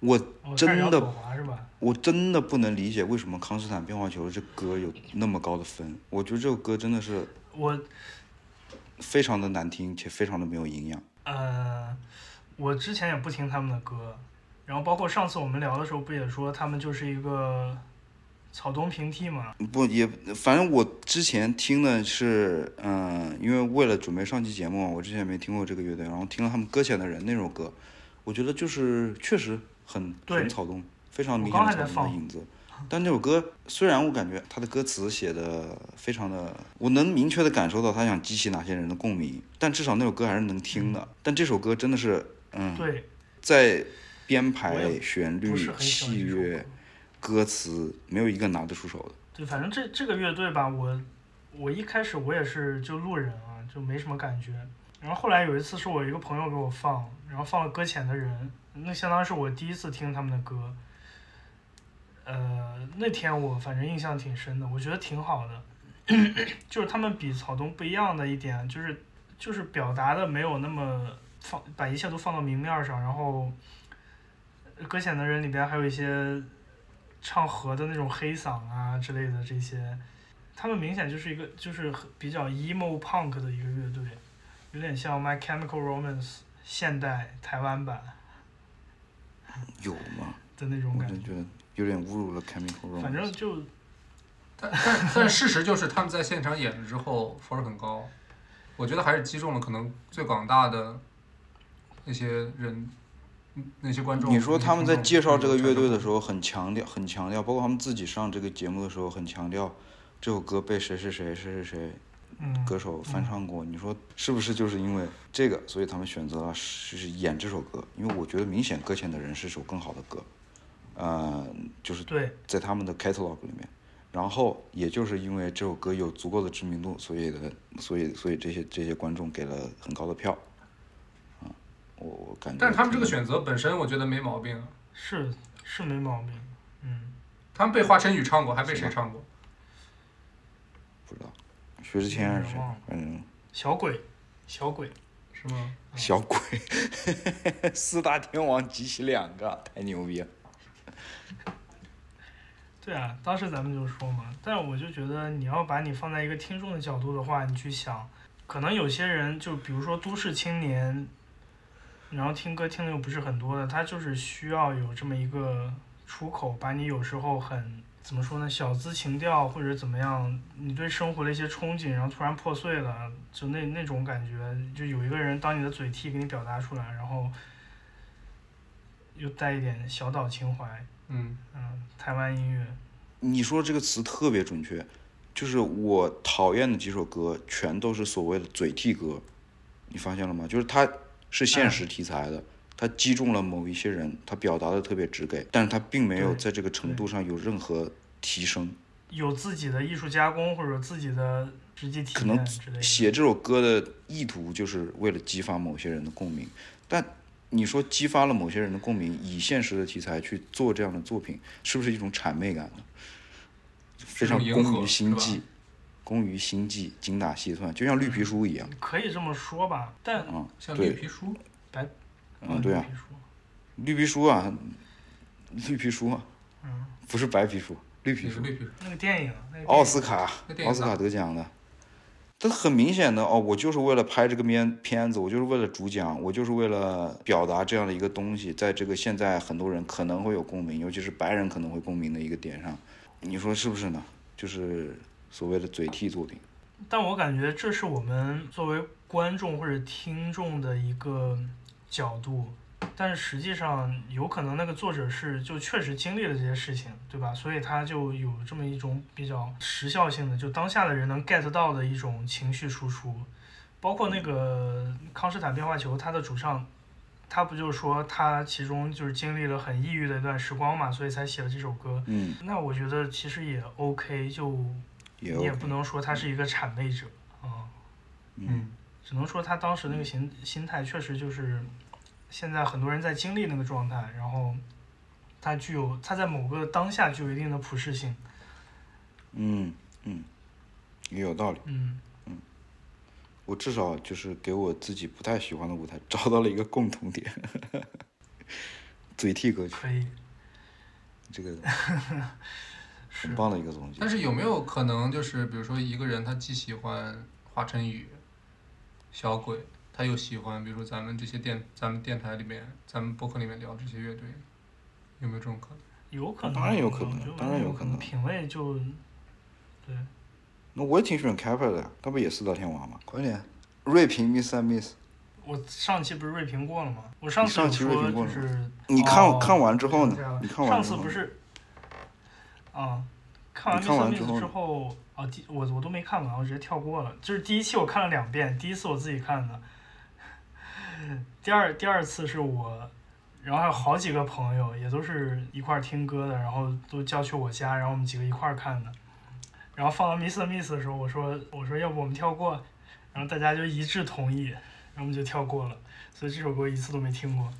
Speaker 3: 我
Speaker 2: 哦开始
Speaker 3: 真
Speaker 2: 聊
Speaker 3: 的
Speaker 2: 左滑是吧？
Speaker 3: 我真的不能理解为什么《康斯坦变化球》这歌有那么高的分。我觉得这首歌真的是
Speaker 2: 我
Speaker 3: 非常的难听，且非常的没有营养。
Speaker 2: 呃，我之前也不听他们的歌，然后包括上次我们聊的时候不也说他们就是一个草东平替嘛，
Speaker 3: 不也，反正我之前听的是，嗯、因为为了准备上期节目，我之前没听过这个乐队，然后听了他们《搁浅的人》那首歌，我觉得就是确实很
Speaker 2: 对
Speaker 3: 很草东，非常
Speaker 2: 我
Speaker 3: 明
Speaker 2: 刚还
Speaker 3: 显的
Speaker 2: 在
Speaker 3: 草东的
Speaker 2: 放
Speaker 3: 影子。但那首歌虽然我感觉他的歌词写的非常的，我能明确的感受到他想激起哪些人的共鸣，但至少那首歌还是能听的。但这首歌真的是，嗯，
Speaker 2: 嗯对，
Speaker 3: 在编
Speaker 2: 我也
Speaker 3: 排、旋律
Speaker 2: 不是、很喜欢
Speaker 3: 器
Speaker 2: 这首歌
Speaker 3: 乐、。歌词，没有一个拿得出手的。
Speaker 2: 对，反正这这个乐队吧，我我一开始我也是就路人啊，就没什么感觉。然后后来有一次是我一个朋友给我放，然后放了《搁浅的人》，那相当于是我第一次听他们的歌。呃，那天我反正印象挺深的，我觉得挺好的。 就是他们比草东不一样的一点，就是就是表达的没有那么放，把一切都放到明面儿上。然后，《搁浅的人》里边还有一些唱和的那种黑嗓啊之类的这些，他们明显就是一个就是很比较 emo punk 的一个乐队，有点像 My Chemical Romance 现代台湾版
Speaker 3: 有吗？
Speaker 2: 的那种
Speaker 3: 我
Speaker 2: 感
Speaker 3: 真
Speaker 2: 觉。
Speaker 3: 觉得有点侮辱了 Chemical Romance。
Speaker 2: 反正就
Speaker 1: 但但但事实就是他们在现场演了之后分儿很高，我觉得还是击中了可能最广大的那些人，嗯那些观众。
Speaker 3: 你说他们在介绍这个乐队的时
Speaker 1: 候，
Speaker 3: 候很强调，很强调，包括他们自己上这个节目的时候很强调，这首歌被谁谁谁谁谁谁
Speaker 2: 嗯，
Speaker 3: 歌手翻唱过。你说是不是就是因为这个，所以他们选择了是是演这首歌？因为我觉得明显《搁浅的人》是首更好的歌，呃，就是
Speaker 2: 对
Speaker 3: 在他们的 catalog 里面。然后也就是因为这首歌有足够的知名度，所以的，所以所以这些这些观众给了很高的票，啊，我我感觉。
Speaker 1: 但是他们这个选择本身我觉得没毛病啊。
Speaker 2: 是是没毛病，嗯，
Speaker 1: 他们被华晨宇唱过，还被谁唱过？
Speaker 3: 不知道，薛之谦还是谁，
Speaker 1: 哦
Speaker 3: 反正
Speaker 2: 小鬼，小鬼，
Speaker 1: 是吗？
Speaker 3: 小鬼， 四大天王集齐两个，太牛逼了。
Speaker 2: 对啊，当时咱们就说嘛，但我就觉得你要把你放在一个听众的角度的话，你去想，可能有些人就比如说都市青年，然后听歌听的又不是很多的，他就是需要有这么一个出口，把你有时候很怎么说呢，小资情调或者怎么样，你对生活的一些憧憬，然后突然破碎了，就那那种感觉，就有一个人当你的嘴替给你表达出来，然后又带一点小岛情怀，
Speaker 1: 嗯，
Speaker 2: 嗯，台湾音乐。
Speaker 3: 你说这个词特别准确，就是我讨厌的几首歌全都是所谓的嘴替歌，你发现了吗？就是它是现实题材的，它击中了某一些人，它表达的特别直给，但是它并没有
Speaker 2: 对
Speaker 3: 在这个程度上有任何提升。
Speaker 2: 有自己的艺术加工或者自己的实际体
Speaker 3: 可能
Speaker 2: 验之类的。
Speaker 3: 写这首歌的意图就是为了激发某些人的共鸣，但你说激发了某些人的共鸣，以现实的题材去做这样的作品，是不是一种谄媚感呢？非常
Speaker 1: 是一种迎合
Speaker 3: 工于心
Speaker 1: 是
Speaker 3: 计，工于心计，精打细算，就像绿
Speaker 1: 嗯
Speaker 3: 皮书一样。
Speaker 2: 可以这么说吧，但
Speaker 3: 嗯，
Speaker 1: 像
Speaker 3: 对
Speaker 1: 绿皮书，
Speaker 3: 嗯，对啊
Speaker 2: 别，说
Speaker 3: 绿皮书啊，绿皮书啊，
Speaker 2: 嗯，
Speaker 3: 不是白皮书，绿皮
Speaker 1: 也是
Speaker 3: 书，
Speaker 1: 绿皮书。
Speaker 2: 那个电影，那个电影
Speaker 3: 奥斯卡
Speaker 1: 那电，影
Speaker 3: 奥斯
Speaker 1: 咋
Speaker 3: 卡得奖的，这很明显的哦，我就是为了拍这个片片子，我就是为了主讲，我就是为了表达这样的一个东西，在这个现在很多人可能会有共鸣，尤其是白人可能会共鸣的一个点上，你说是不是呢？就是所谓的嘴替作品，
Speaker 2: 但我感觉这是我们作为观众或者听众的一个角度，但实际上有可能那个作者是就确实经历了这些事情，对吧？所以他就有这么一种比较时效性的，就当下的人能 get 到的一种情绪输出。包括那个康斯坦变化球，他的主唱，他不就说他其中就是经历了很抑郁的一段时光嘛，所以才写了这首歌。
Speaker 3: 嗯，
Speaker 2: 那我觉得其实也 OK，就
Speaker 3: 也
Speaker 2: 你也
Speaker 3: OK，
Speaker 2: 不能说他是一个谄媚者啊，
Speaker 1: 嗯，
Speaker 2: 只能说他当时那
Speaker 3: 嗯
Speaker 2: 个心心态确实就是，现在很多人在经历那个状态，然后他具有他在某个当下具有一定的普适性，
Speaker 3: 嗯嗯，也有道理。
Speaker 2: 嗯，
Speaker 3: 我至少就是给我自己不太喜欢的舞台找到了一个共同点， 嘴替歌曲，
Speaker 2: 可以
Speaker 3: 这个
Speaker 2: 是
Speaker 3: 很棒的一个总结。
Speaker 1: 但是有没有可能就是比如说一个人他既喜欢华晨宇、小鬼，他又喜欢，比如说咱们这些电，咱们电台里面，咱们播客里面聊这些乐队，有没有这种可能？
Speaker 2: 有可能，
Speaker 3: 当然有可能
Speaker 2: 我觉得
Speaker 3: 当然有
Speaker 2: 有
Speaker 3: 可能
Speaker 2: 能，品味就对，
Speaker 3: 那我也挺喜欢 Kappa 的，他不也是聊天王吗？快点，锐评 Miss and Miss，
Speaker 2: 我上期不是锐评过了吗？我上次
Speaker 3: 你上
Speaker 2: 有
Speaker 3: 期锐
Speaker 2: 说
Speaker 3: 评过
Speaker 2: 就
Speaker 3: 了吗
Speaker 2: 是
Speaker 3: 你看、
Speaker 2: 哦
Speaker 3: 看完之后
Speaker 2: 这
Speaker 3: 呢
Speaker 2: 样？
Speaker 3: 你看完
Speaker 2: 上
Speaker 3: 之
Speaker 2: 次
Speaker 3: 后
Speaker 2: 不
Speaker 3: 呢
Speaker 2: 是啊，看完《
Speaker 3: 你看完
Speaker 2: Miss and
Speaker 3: 之
Speaker 2: Miss
Speaker 3: 后呢
Speaker 2: 之后啊，第我我都没看完，我直接跳过了。就是第一期我看了两遍，第一次我自己看的，第二第二次是我，然后还有好几个朋友也都是一块儿听歌的，然后都叫去我家，然后我们几个一块儿看的。然后放到《Miss and Miss》的时候，我说我说要不我们跳过，然后大家就一致同意，然后我们就跳过了。所以这首歌一次都没听过。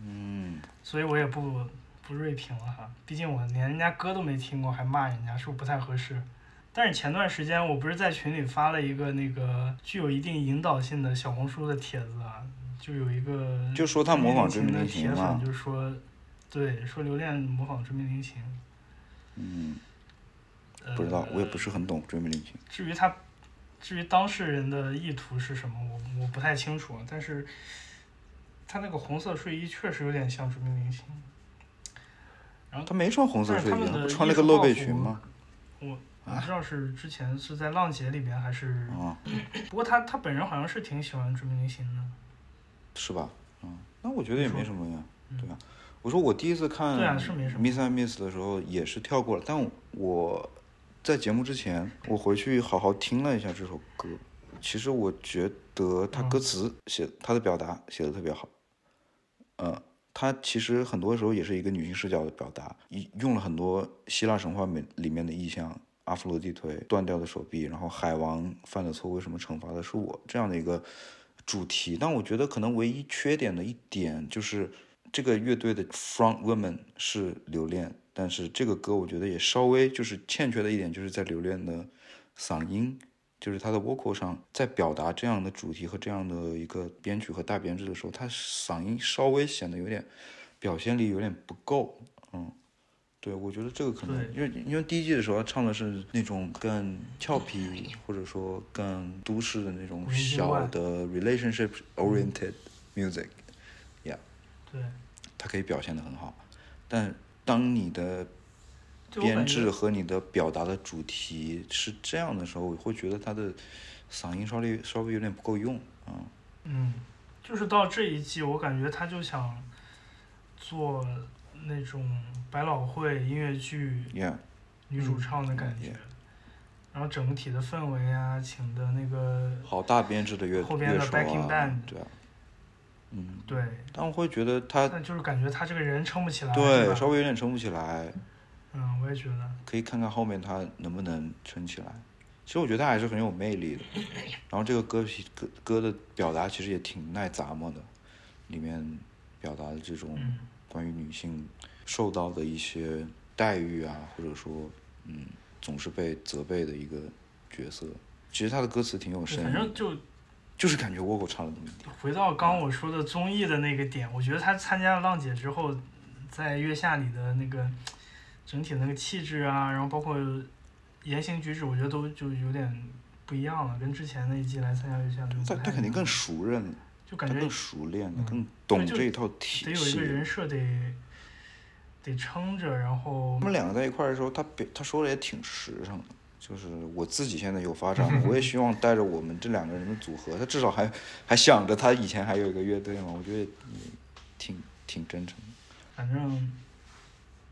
Speaker 3: 嗯，
Speaker 2: 所以我也不不锐评了哈，毕竟我连人家歌都没听过，还骂人家，是不是不太合适？但是前段时间我不是在群里发了一个那个具有一定引导性的小红书的帖子啊，就有一个
Speaker 3: 就说他模仿
Speaker 2: 追
Speaker 3: 追命
Speaker 2: 命
Speaker 3: 令
Speaker 2: 令
Speaker 3: 行
Speaker 2: 行的铁
Speaker 3: 嘛
Speaker 2: 粉，就说，对，说刘恋模仿追命令行，
Speaker 3: 嗯，
Speaker 2: 呃、
Speaker 3: 不 知道，我也不是很懂追命令行。
Speaker 2: 至于他，至于当事人的意图是什么，我我不太清楚啊。但是，他那个红色睡衣确实有点像追命令行。
Speaker 3: 他没穿红色
Speaker 2: 但是他
Speaker 3: 睡衣，
Speaker 2: 们
Speaker 3: 他不
Speaker 2: 的
Speaker 3: 穿了
Speaker 2: 艺
Speaker 3: 个
Speaker 2: 术
Speaker 3: 露
Speaker 2: 抱
Speaker 3: 背
Speaker 2: 负
Speaker 3: 裙吗？
Speaker 2: 我不知道是之前是在浪姐里边还是，
Speaker 3: 啊、
Speaker 2: 不过他他本人好像是挺喜欢追命令行的。
Speaker 3: 是吧？嗯，那我觉得也
Speaker 2: 没
Speaker 3: 没
Speaker 2: 错
Speaker 3: 什么呀，
Speaker 2: 嗯
Speaker 3: 对吧？我说我第一次看
Speaker 2: 对啊是没什么
Speaker 3: Miss and Miss 的时候也是跳过了，但我在节目之前我回去好好听了一下这首歌，其实我觉得他
Speaker 2: 嗯
Speaker 3: 歌词写他的表达写的特别好，嗯，他其实很多时候也是一个女性视角的表达，一用了很多希腊神话美里面的意象。阿弗罗地推断掉的手臂，然后海王犯的错为什么惩罚的是我这样的一个主题，但我觉得可能唯一缺点的一点就是这个乐队的 front woman 是留恋，但是这个歌我觉得也稍微就是欠缺的一点就是在留恋的嗓音，就是他的 vocal 上在表达这样的主题和这样的一个编曲和大编制的时候，他嗓音稍微显得有点表现力有点不够，嗯。对，我觉得这个可能，
Speaker 2: 对
Speaker 3: 因为因为第一季的时候他唱的是那种更俏皮，或者说更都市的那种
Speaker 2: 古灵精
Speaker 3: 小
Speaker 2: 怪
Speaker 3: 的 relationship oriented music，
Speaker 2: 对，
Speaker 3: 它可以表现得很好，但当你的
Speaker 2: 就我
Speaker 3: 编
Speaker 2: 感觉
Speaker 3: 制和你的表达的主题是这样的时候，我会觉得他的嗓音稍微稍微有点不够用啊、嗯
Speaker 2: 嗯，就是到这一季，我感觉他就想做那种百老汇音乐剧
Speaker 3: Yeah，
Speaker 2: 女主唱的感
Speaker 3: 嗯
Speaker 2: 觉，然后整体的氛围啊，请的那个
Speaker 3: 好大编制的乐
Speaker 2: 后边的
Speaker 3: 乐手
Speaker 2: backing
Speaker 3: 啊
Speaker 2: band，
Speaker 3: 对啊，嗯，
Speaker 2: 对，
Speaker 3: 但我会觉得他
Speaker 2: 但就是感觉他这个人撑不起来，
Speaker 3: 对
Speaker 2: 是
Speaker 3: 稍
Speaker 2: 吧？
Speaker 3: 微有点撑不起来，
Speaker 2: 嗯，我也觉得，
Speaker 3: 可以看看后面他能不能撑起来。其实我觉得他还是很有魅力的，然后这个歌曲歌歌的表达其实也挺耐琢磨的，里面表达的这种
Speaker 2: 嗯，
Speaker 3: 关于女性受到的一些待遇啊，或者说，嗯，总是被责备的一个角色。其实他的歌词挺有深
Speaker 2: 反正
Speaker 3: 意，
Speaker 2: 就
Speaker 3: 就是感觉沃沃唱的那么一点
Speaker 2: 回到刚我说的综艺的那个点，我觉得他参加了浪姐之后，在月下里的那个整体的那个气质啊，然后包括言行举止，我觉得都就有点不一样了，跟之前那一季来参加月下的就不
Speaker 3: 他
Speaker 2: 太
Speaker 3: 他肯定
Speaker 2: 一样
Speaker 3: 更熟人了，
Speaker 2: 就
Speaker 3: 他
Speaker 2: 感觉
Speaker 3: 更熟练了，
Speaker 2: 嗯
Speaker 3: 更懂
Speaker 2: 对就
Speaker 3: 这一套
Speaker 2: 得
Speaker 3: 体
Speaker 2: 有一个
Speaker 3: 系。
Speaker 2: 人设得得撑着，然后
Speaker 3: 他们两个在一块儿的时候，他表他说的也挺实诚的。就是我自己现在有发展
Speaker 2: 嗯
Speaker 3: 了，我也希望带着我们这两个人的组合，他至少还还想着他以前还有一个乐队嘛，我觉得也挺挺真诚的。
Speaker 2: 反正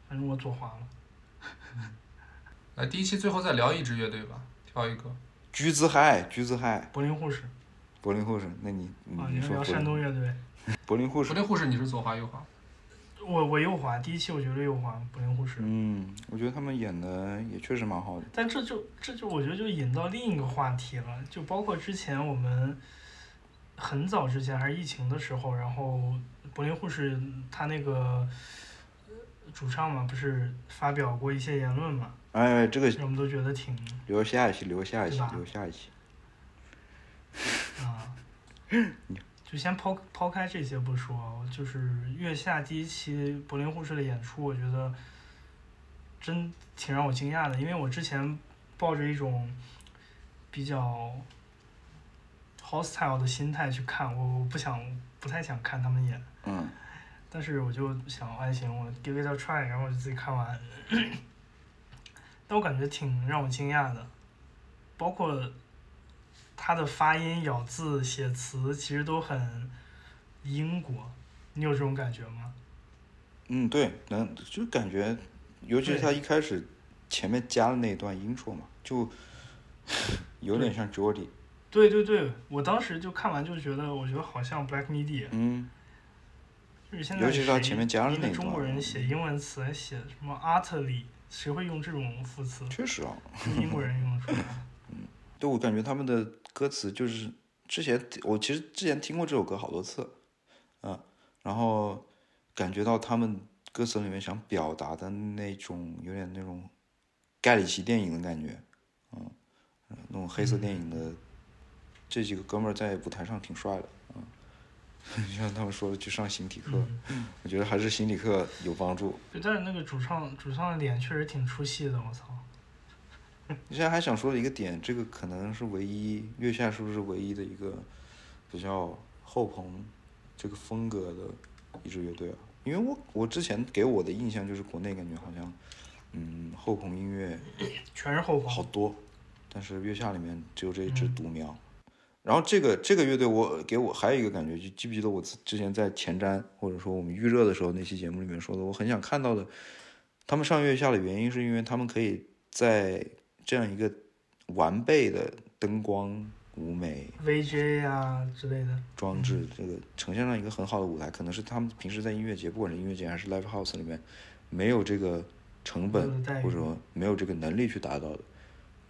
Speaker 2: 反正我左滑了，
Speaker 1: 来，第一期最后再聊一支乐队吧，挑一个。
Speaker 3: 橘子嗨，橘子嗨，
Speaker 2: 柏林护士
Speaker 3: 柏林护士，那你你
Speaker 2: 啊，
Speaker 3: 嗯
Speaker 2: 你
Speaker 3: 你
Speaker 2: 要
Speaker 3: 说
Speaker 2: 聊
Speaker 3: 柏
Speaker 2: 山东
Speaker 3: 林
Speaker 2: 乐队，
Speaker 3: 柏林护
Speaker 1: 柏
Speaker 3: 士，
Speaker 1: 林护士，你是左滑右滑？
Speaker 2: 我我右滑，第一期我觉得右滑柏林护士，
Speaker 3: 嗯，我觉得他们演的也确实蛮好的。
Speaker 2: 但这就这就我觉得就引到另一个话题了，就包括之前我们很早之前还是疫情的时候，然后柏林护士他那个呃主唱嘛，不是发表过一些言论嘛，
Speaker 3: 哎，这个
Speaker 2: 让我们都觉得挺
Speaker 3: 留下一期，留下一期
Speaker 2: 对吧，
Speaker 3: 留下一期。
Speaker 2: 啊，就先抛抛开这些不说，就是月下第一期柏林护士的演出，我觉得真挺让我惊讶的，因为我之前抱着一种比较 hostile 的心态去看，我我不想不太想看他们演，
Speaker 3: 嗯，
Speaker 2: 但是我就想，哎行，我 give it a try，然后我就自己看完，但我感觉挺让我惊讶的，包括他的发音、咬字、写词，其实都很英国，你有这种感觉吗？
Speaker 3: 嗯，对，能就感觉，尤其是他一开始前面加的那一段 intro 嘛，就 有点像 Jordy，
Speaker 2: 对对对，我当时就看完就觉得，我觉得好像 Black Media，
Speaker 3: 嗯，
Speaker 2: 就是现在
Speaker 3: 尤其是他
Speaker 2: 谁
Speaker 3: 前面加了
Speaker 2: 一
Speaker 3: 那
Speaker 2: 个
Speaker 3: 一
Speaker 2: 中国
Speaker 3: 段
Speaker 2: 人写英文词还写什么 utterly，谁会用这种副词？
Speaker 3: 确实啊，
Speaker 2: 是英国人用 得出来的。
Speaker 3: 对我感觉他们的歌词就是之前我其实之前听过这首歌好多次，嗯，然后感觉到他们歌词里面想表达的那种有点那种盖里奇电影的感觉，嗯，那种黑色电影的、这几个哥们儿在舞台上挺帅的，嗯， 就像他们说的去上形体课，
Speaker 2: 嗯，
Speaker 3: 我觉得还是形体课有帮助。
Speaker 2: 对，但是那个主唱主唱的脸确实挺出戏的，我操！
Speaker 3: 你现在还想说的一个点，这个可能是唯一月下是不是唯一的一个比较后朋这个风格的一支乐队啊？因为我我之前给我的印象就是国内感觉好像，嗯，后朋音乐
Speaker 2: 全是后
Speaker 3: 好
Speaker 2: 朋。
Speaker 3: 多，嗯但是月下里面只有这一支独苗。然后这个这个乐队我，给我还有一个感觉，就记不记得我之之前在前瞻或者说我们预热的时候那期节目里面说的，我很想看到的，他们上月下的原因是因为他们可以在这样一个完备的灯光、舞美
Speaker 2: VJ 啊之类的，
Speaker 3: 装置，
Speaker 2: 嗯
Speaker 3: 这个呈现上一个很好的舞台，可能是他们平时在音乐节，不管是音乐节还是 live house 里面，没有这个成本
Speaker 2: 没有的待遇
Speaker 3: 或者说没有这个能力去达到的。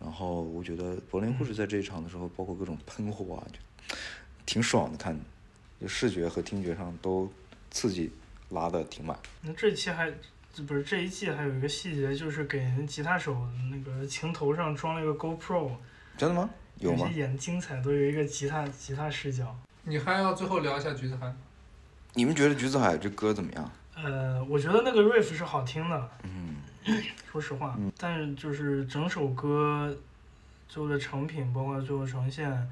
Speaker 3: 然后我觉得柏林护
Speaker 2: 嗯
Speaker 3: 士在这一场的时候，包括各种喷火啊，就挺爽的看的，就视觉和听觉上都刺激拉的挺满。
Speaker 2: 那这期还这不是这一季还有一个细节，就是给人吉他手那个琴头上装了一个 GoPro，
Speaker 3: 真的吗？有吗
Speaker 2: 些？演精彩都有一个吉他吉他视角。
Speaker 1: 你还要最后聊一下橘子涵，
Speaker 3: 你们觉得《橘子海》这歌怎么样？
Speaker 2: 呃，我觉得那个 riff 是好听的，
Speaker 3: 嗯，
Speaker 2: 说实话，
Speaker 3: 嗯
Speaker 2: 但是就是整首歌最后的成品，包括最后呈现，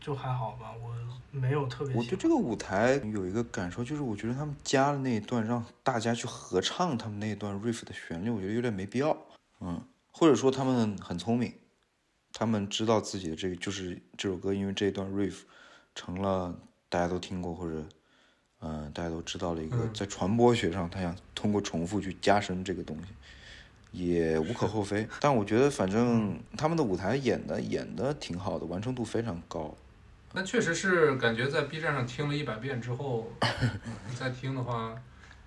Speaker 2: 就还好吧，我没有特别喜
Speaker 3: 我
Speaker 2: 欢。
Speaker 3: 对这个舞台有一个感受，就是我觉得他们加了那一段让大家去合唱他们那一段 riff 的旋律，我觉得有点没必要。嗯，或者说他们很聪明，他们知道自己的这个就是这首歌，因为这一段 riff 成了大家都听过或者嗯、呃大家都知道的一个，
Speaker 1: 嗯
Speaker 3: 在传播学上，他想通过重复去加深这个东西。也无可厚非，但我觉得反正他们的舞台演的演的挺好的，完成度非常高。
Speaker 1: 那确实是感觉在 B 站上听了一百遍之后，你再听的话，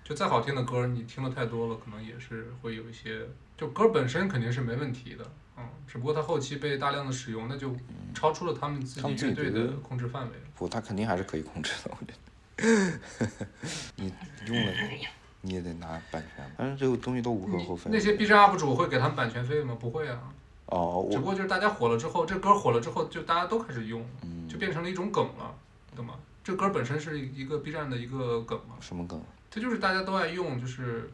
Speaker 1: 就再好听的歌，你听的太多了，可能也是会有一些，就歌本身肯定是没问题的，嗯，只不过它后期被大量的使用，那就超出了他们自
Speaker 3: 他们
Speaker 1: 己
Speaker 3: 自己
Speaker 1: 乐队
Speaker 3: 觉
Speaker 1: 的
Speaker 3: 得
Speaker 1: 控制范围了。
Speaker 3: 不，他肯定还是可以控制的，我觉得。 你用
Speaker 1: 哎
Speaker 3: 了，你也得拿版权嘛。反正这个东西都无可厚非。
Speaker 1: 那些 B 站 UP 主会给他们版权费吗？不会啊，
Speaker 3: 哦，
Speaker 1: 只不
Speaker 3: 我
Speaker 1: 过就是大家火了之后，这歌火了之后，就大家都开始用了，
Speaker 3: 嗯
Speaker 1: 就变成了一种梗了，懂吗？这歌本身是一个 B 站的一个梗嘛，
Speaker 3: 什么梗？
Speaker 1: 这就是大家都爱用，就是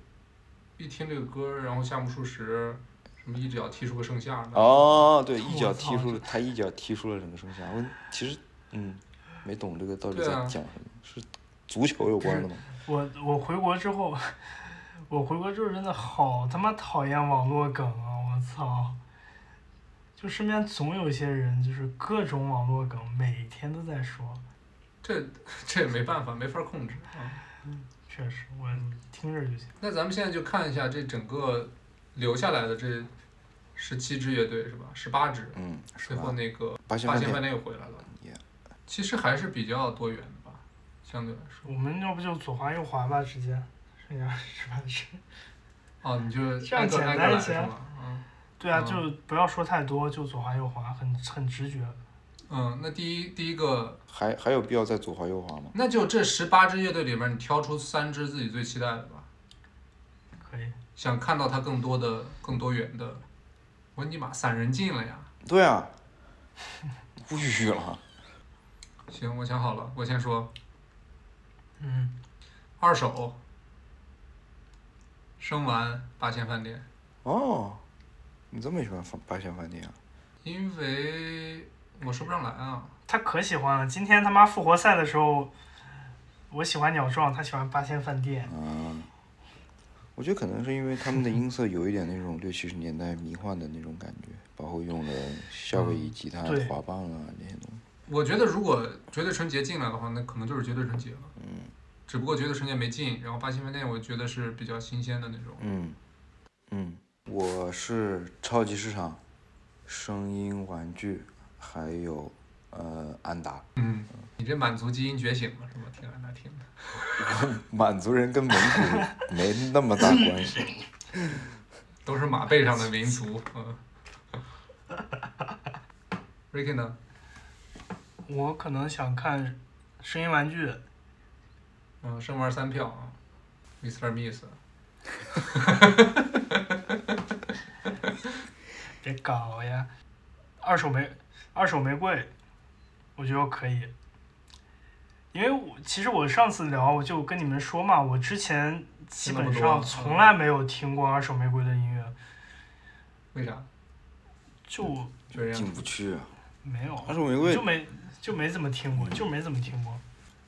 Speaker 1: 一听这个歌，然后夏目漱石什么一脚踢出个盛夏的，
Speaker 3: 哦， 对，一
Speaker 2: 我
Speaker 3: 脚
Speaker 2: 操
Speaker 3: 踢出了，他一脚踢出了整个盛夏。我其实嗯，没懂这个到底
Speaker 1: 对
Speaker 3: 在
Speaker 1: 啊
Speaker 3: 讲什么，是足球有关的吗？
Speaker 2: 我我回国之后， 我回国之后真的好他妈讨厌网络梗啊！我操！就身边总有一些人，就是各种网络梗，每天都在说。
Speaker 1: 这这也没办法，没法控制啊。
Speaker 2: 确实，我听着就行。
Speaker 1: 那咱们现在就看一下这整个留下来的这十七支乐队是吧？十八支，
Speaker 3: 嗯，是
Speaker 1: 最后
Speaker 3: 吧？
Speaker 1: 那个
Speaker 3: 八仙
Speaker 1: 八
Speaker 3: 饭
Speaker 1: 仙饭店
Speaker 3: 店
Speaker 1: 又回来了
Speaker 3: Yeah，
Speaker 1: 其实还是比较多元的吧，相对来说。
Speaker 2: 我们要不就左滑右滑吧，直接，剩下是吧？是。
Speaker 1: 哦，你就
Speaker 2: 这
Speaker 1: 挨
Speaker 2: 样
Speaker 1: 个
Speaker 2: 简
Speaker 1: 挨个
Speaker 2: 单一
Speaker 1: 来是
Speaker 2: 些
Speaker 1: 吧？嗯
Speaker 2: 对啊，
Speaker 1: 嗯
Speaker 2: 就不要说太多，就左滑右滑，很很直觉。
Speaker 1: 嗯，那第一第一个，
Speaker 3: 还还有必要再左滑右滑吗？
Speaker 1: 那就这十八支乐队里面，你挑出三支自己最期待的吧。
Speaker 2: 可以，
Speaker 1: 想看到他更多的、更多元的。我尼玛，散人进了呀！
Speaker 3: 对 啊，无语了。
Speaker 1: 行，我想好了，我先说
Speaker 2: 嗯，
Speaker 1: 二手。生完八仙饭店，
Speaker 3: 哦，你这么喜欢八仙饭店啊？
Speaker 1: 因为我说不上来啊，
Speaker 2: 他可喜欢了。今天他妈复活赛的时候，我喜欢鸟壮，他喜欢八仙饭店。
Speaker 3: 嗯，我觉得可能是因为他们的音色有一点那种六七十年代迷幻的那种感觉，包括用了夏威夷吉他、
Speaker 2: 对
Speaker 3: 滑棒啊这些东西。
Speaker 1: 我觉得如果绝对纯洁进来的话，那可能就是绝对纯洁了。嗯，只不过绝对纯洁没进，然后八仙饭店我觉得是比较新鲜的那种。
Speaker 3: 嗯，嗯，我是超级市场、声音玩具，还有呃安达，
Speaker 1: 嗯，你这满族基因觉醒了是吧？啊挺难听的。
Speaker 3: 满族人跟蒙 古没那么大关系。
Speaker 1: 都是马背上的民族。嗯 ，Ricky 呢？
Speaker 2: 我可能想看声音玩具，
Speaker 1: 嗯，生玩三票啊，Mr. Miss。
Speaker 2: 别搞呀。二手玫二手玫瑰，我觉得我可以，因为我其实我上次聊我就跟你们说嘛，我之前基
Speaker 1: 听那么
Speaker 2: 本
Speaker 1: 多
Speaker 2: 上
Speaker 1: 嗯
Speaker 2: 从来没有听过二手玫瑰的音乐，
Speaker 1: 为啥？
Speaker 2: 就
Speaker 1: 就这样。
Speaker 3: 进不去啊！
Speaker 2: 没
Speaker 1: 嗯
Speaker 2: 有。
Speaker 3: 二手玫瑰
Speaker 2: 就没就没怎么听过，就没怎么听过。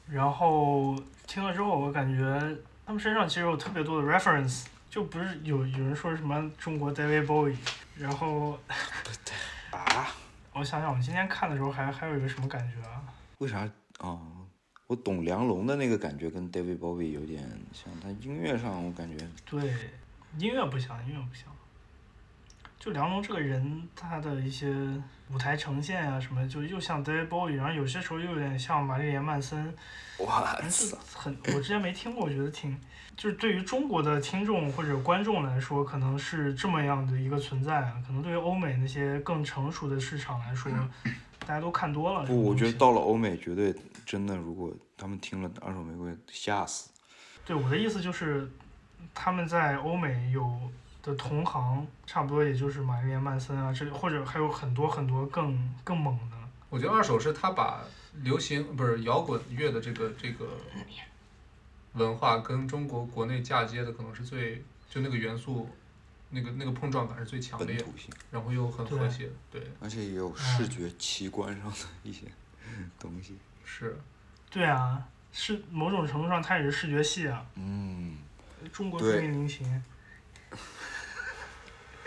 Speaker 2: 然后听了之后，我感觉他们身上其实有特别多的 reference，就不是有有人说什么中国 David Bowie，然后
Speaker 3: 啊，
Speaker 2: 我想想，我今天看的时候还还有一个什么感觉啊？
Speaker 3: 为啥哦，我懂梁龙的那个感觉跟 David Bowie 有点像，他音乐上我感觉
Speaker 2: 对，音乐不像，音乐不像。就梁龙这个人，他的一些舞台呈现啊什么，就又像 David Bowie，然后有些时候又有点像玛丽莲曼森，
Speaker 3: 哇
Speaker 2: 还是
Speaker 3: 塞，
Speaker 2: 很，我之前没听过，我觉得挺，就是对于中国的听众或者观众来说，可能是这么样的一个存在啊。可能对于欧美那些更成熟的市场来说，大家都看多了。
Speaker 3: 不，我觉得，到了欧美绝对真的，如果他们听了二手玫瑰，吓死。
Speaker 2: 对我的意思就是，他们在欧美有的同行，差不多也就是玛丽莲曼森啊，这或者还有很多很多更更猛的。
Speaker 1: 我觉得二手是他把流行不是摇滚乐的这个这个文化跟中国国内嫁接的，可能是最就那个元素，那个那个碰撞感是最强
Speaker 3: 本
Speaker 1: 烈的，
Speaker 3: 土性，
Speaker 1: 然后又很和谐。对，
Speaker 3: 而且也有视觉奇观上的一些东西。
Speaker 1: 是
Speaker 2: 对啊，是某种程度上它也是视觉系啊，
Speaker 3: 嗯，
Speaker 2: 中国
Speaker 3: 对
Speaker 2: 著名流行。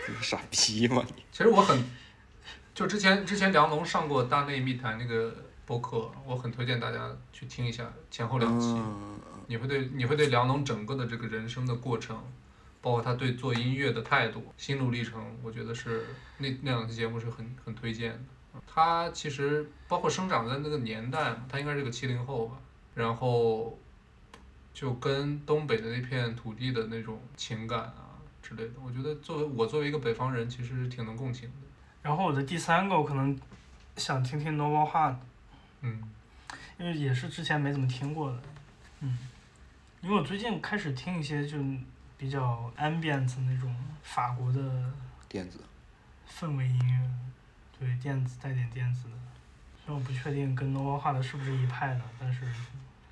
Speaker 3: 这个傻逼嘛你！
Speaker 1: 其实我很，就之前之前梁龙上过大内密谈那个播客，我很推荐大家去听一下前后两期，
Speaker 3: 嗯，
Speaker 1: 你会对你会对梁龙整个的这个人生的过程，包括他对做音乐的态度、心路历程，我觉得是那那两期节目是很很推荐的。他其实包括生长在那个年代嘛，他应该是个七零后吧，然后就跟东北的那片土地的那种情感啊之类的，我觉得作为我作为一个北方人，其实挺能共情的。
Speaker 2: 然后我的第三个，我可能想听听 Noble Heart，
Speaker 1: 嗯，
Speaker 2: 因为也是之前没怎么听过的。嗯，因为我最近开始听一些就比较 ambient 那种法国的
Speaker 3: 电子
Speaker 2: 氛围音乐，对电子带点电子的。虽然我不确定跟 Noble Heart 是不是一派的，但是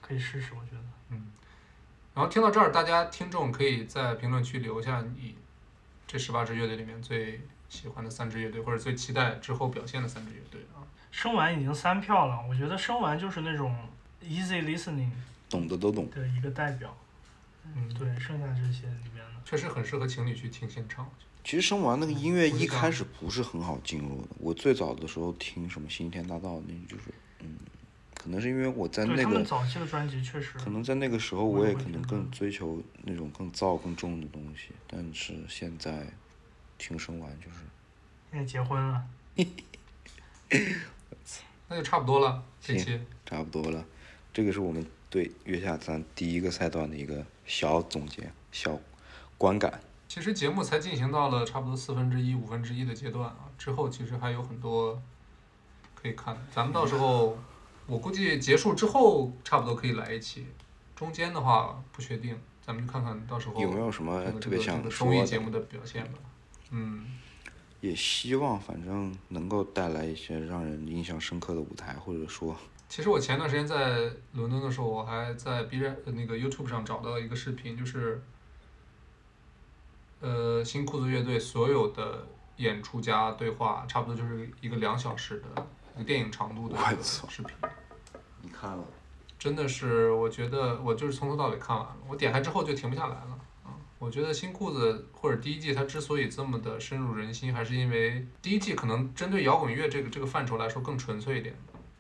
Speaker 2: 可以试试，我觉得。
Speaker 1: 然后听到这儿，大家听众可以在评论区留下你这十八支乐队里面最喜欢的三支乐队，或者最期待之后表现的三支乐队啊。
Speaker 2: 生完已经三票了，我觉得生完就是那种 easy listening
Speaker 3: 懂的都懂。
Speaker 2: 的一个代表。
Speaker 1: 嗯，
Speaker 2: 对，剩下这些里面的，
Speaker 1: 确实很适合情侣去听现场。
Speaker 3: 其实生完那个音乐
Speaker 1: 我知
Speaker 3: 一
Speaker 1: 道
Speaker 3: 开始不是很好进入的，我最早的时候听什么新天大道，那就是嗯，可能是因为我在
Speaker 2: 对
Speaker 3: 那
Speaker 2: 他们
Speaker 3: 个，
Speaker 2: 早期的专辑确实。
Speaker 3: 可能在那个时候
Speaker 2: 我
Speaker 3: 我
Speaker 2: 也
Speaker 3: 也
Speaker 2: 会
Speaker 3: 可
Speaker 2: 听
Speaker 3: 能更追求那种更燥更重的东西，但是现在听生完就是
Speaker 2: 现在结婚了，
Speaker 1: 那就差不多了，这期
Speaker 3: 差不多了。这个是我们对月下咱第一个赛段的一个小总结、小观感。
Speaker 1: 其实节目才进行到了差不多四分之一、五分之一的阶段啊，之后其实还有很多可以看。咱们到时
Speaker 3: 嗯
Speaker 1: 候，我估计结束之后差不多可以来一期，中间的话不确定，咱们就看看到时候
Speaker 3: 有没有什么
Speaker 1: 这个
Speaker 3: 特别想
Speaker 1: 这个
Speaker 3: 说
Speaker 1: 综艺节
Speaker 3: 的？
Speaker 1: 目的表现吧。嗯，
Speaker 3: 也希望反正能够带来一些让人印象深刻的舞台，或者说
Speaker 1: 其实我前段时间在伦敦的时候，我还在 B 站呃那个 YouTube 上找到一个视频，就是呃新裤子乐队所有的演出加对话，差不多就是一个两小时的一个电影长度的
Speaker 3: 我
Speaker 1: 一个
Speaker 3: 操
Speaker 1: 视频，
Speaker 3: 你看了？
Speaker 1: 真的是我觉得我就是从头到尾看完了，我点开之后就停不下来了。啊！我觉得《新裤子》或者第一季它之所以这么的深入人心，还是因为第一季可能针对摇滚乐这个这个范畴来说更纯粹一点，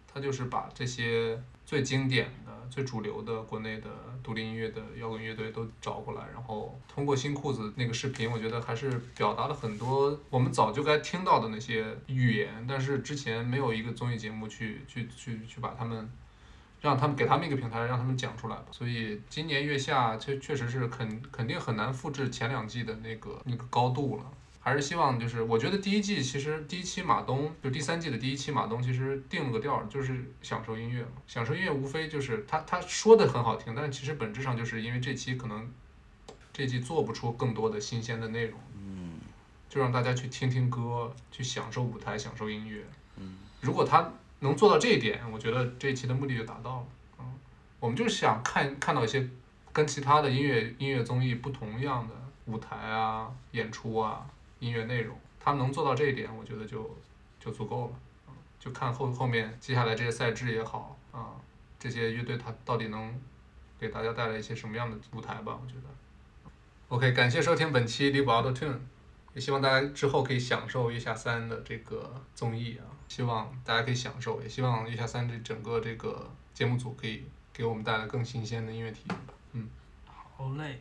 Speaker 1: 它就是把这些最经典的、最主流的国内的独立音乐的摇滚乐队都找过来，然后通过新裤子那个视频，我觉得还是表达了很多我们早就该听到的那些语言，但是之前没有一个综艺节目去去去去把他们。让他们给他们一个平台，让他们讲出来吧。所以今年月下确确实是肯肯定很难复制前两季的那个那个高度了。还是希望就是，我觉得第一季其实第一期马东就第三季的第一期马东其实定了个调儿，就是享受音乐嘛。享受音乐无非就是他他说的很好听，但其实本质上就是因为这期可能这季做不出更多的新鲜的内容，
Speaker 3: 嗯
Speaker 1: 就让大家去听听歌，去享受舞台，享受音乐。
Speaker 3: 嗯，
Speaker 1: 如果他能做到这一点，我觉得这一期的目的就达到了。嗯，我们就是想看看到一些跟其他的音乐音乐综艺不同样的舞台啊、演出啊、音乐内容，他们能做到这一点，我觉得就就足够了。嗯就看后后面接下来这些赛制也好啊、这些乐队它到底能给大家带来一些什么样的舞台吧，我觉得。OK，感谢收听本期李宝 Auto Tune。也希望大家之后可以享受《月下三》的这个综艺啊，希望大家可以享受，也希望《月下三》这整个这个节目组可以给我们带来更新鲜的音乐体验吧。嗯，
Speaker 2: 好嘞，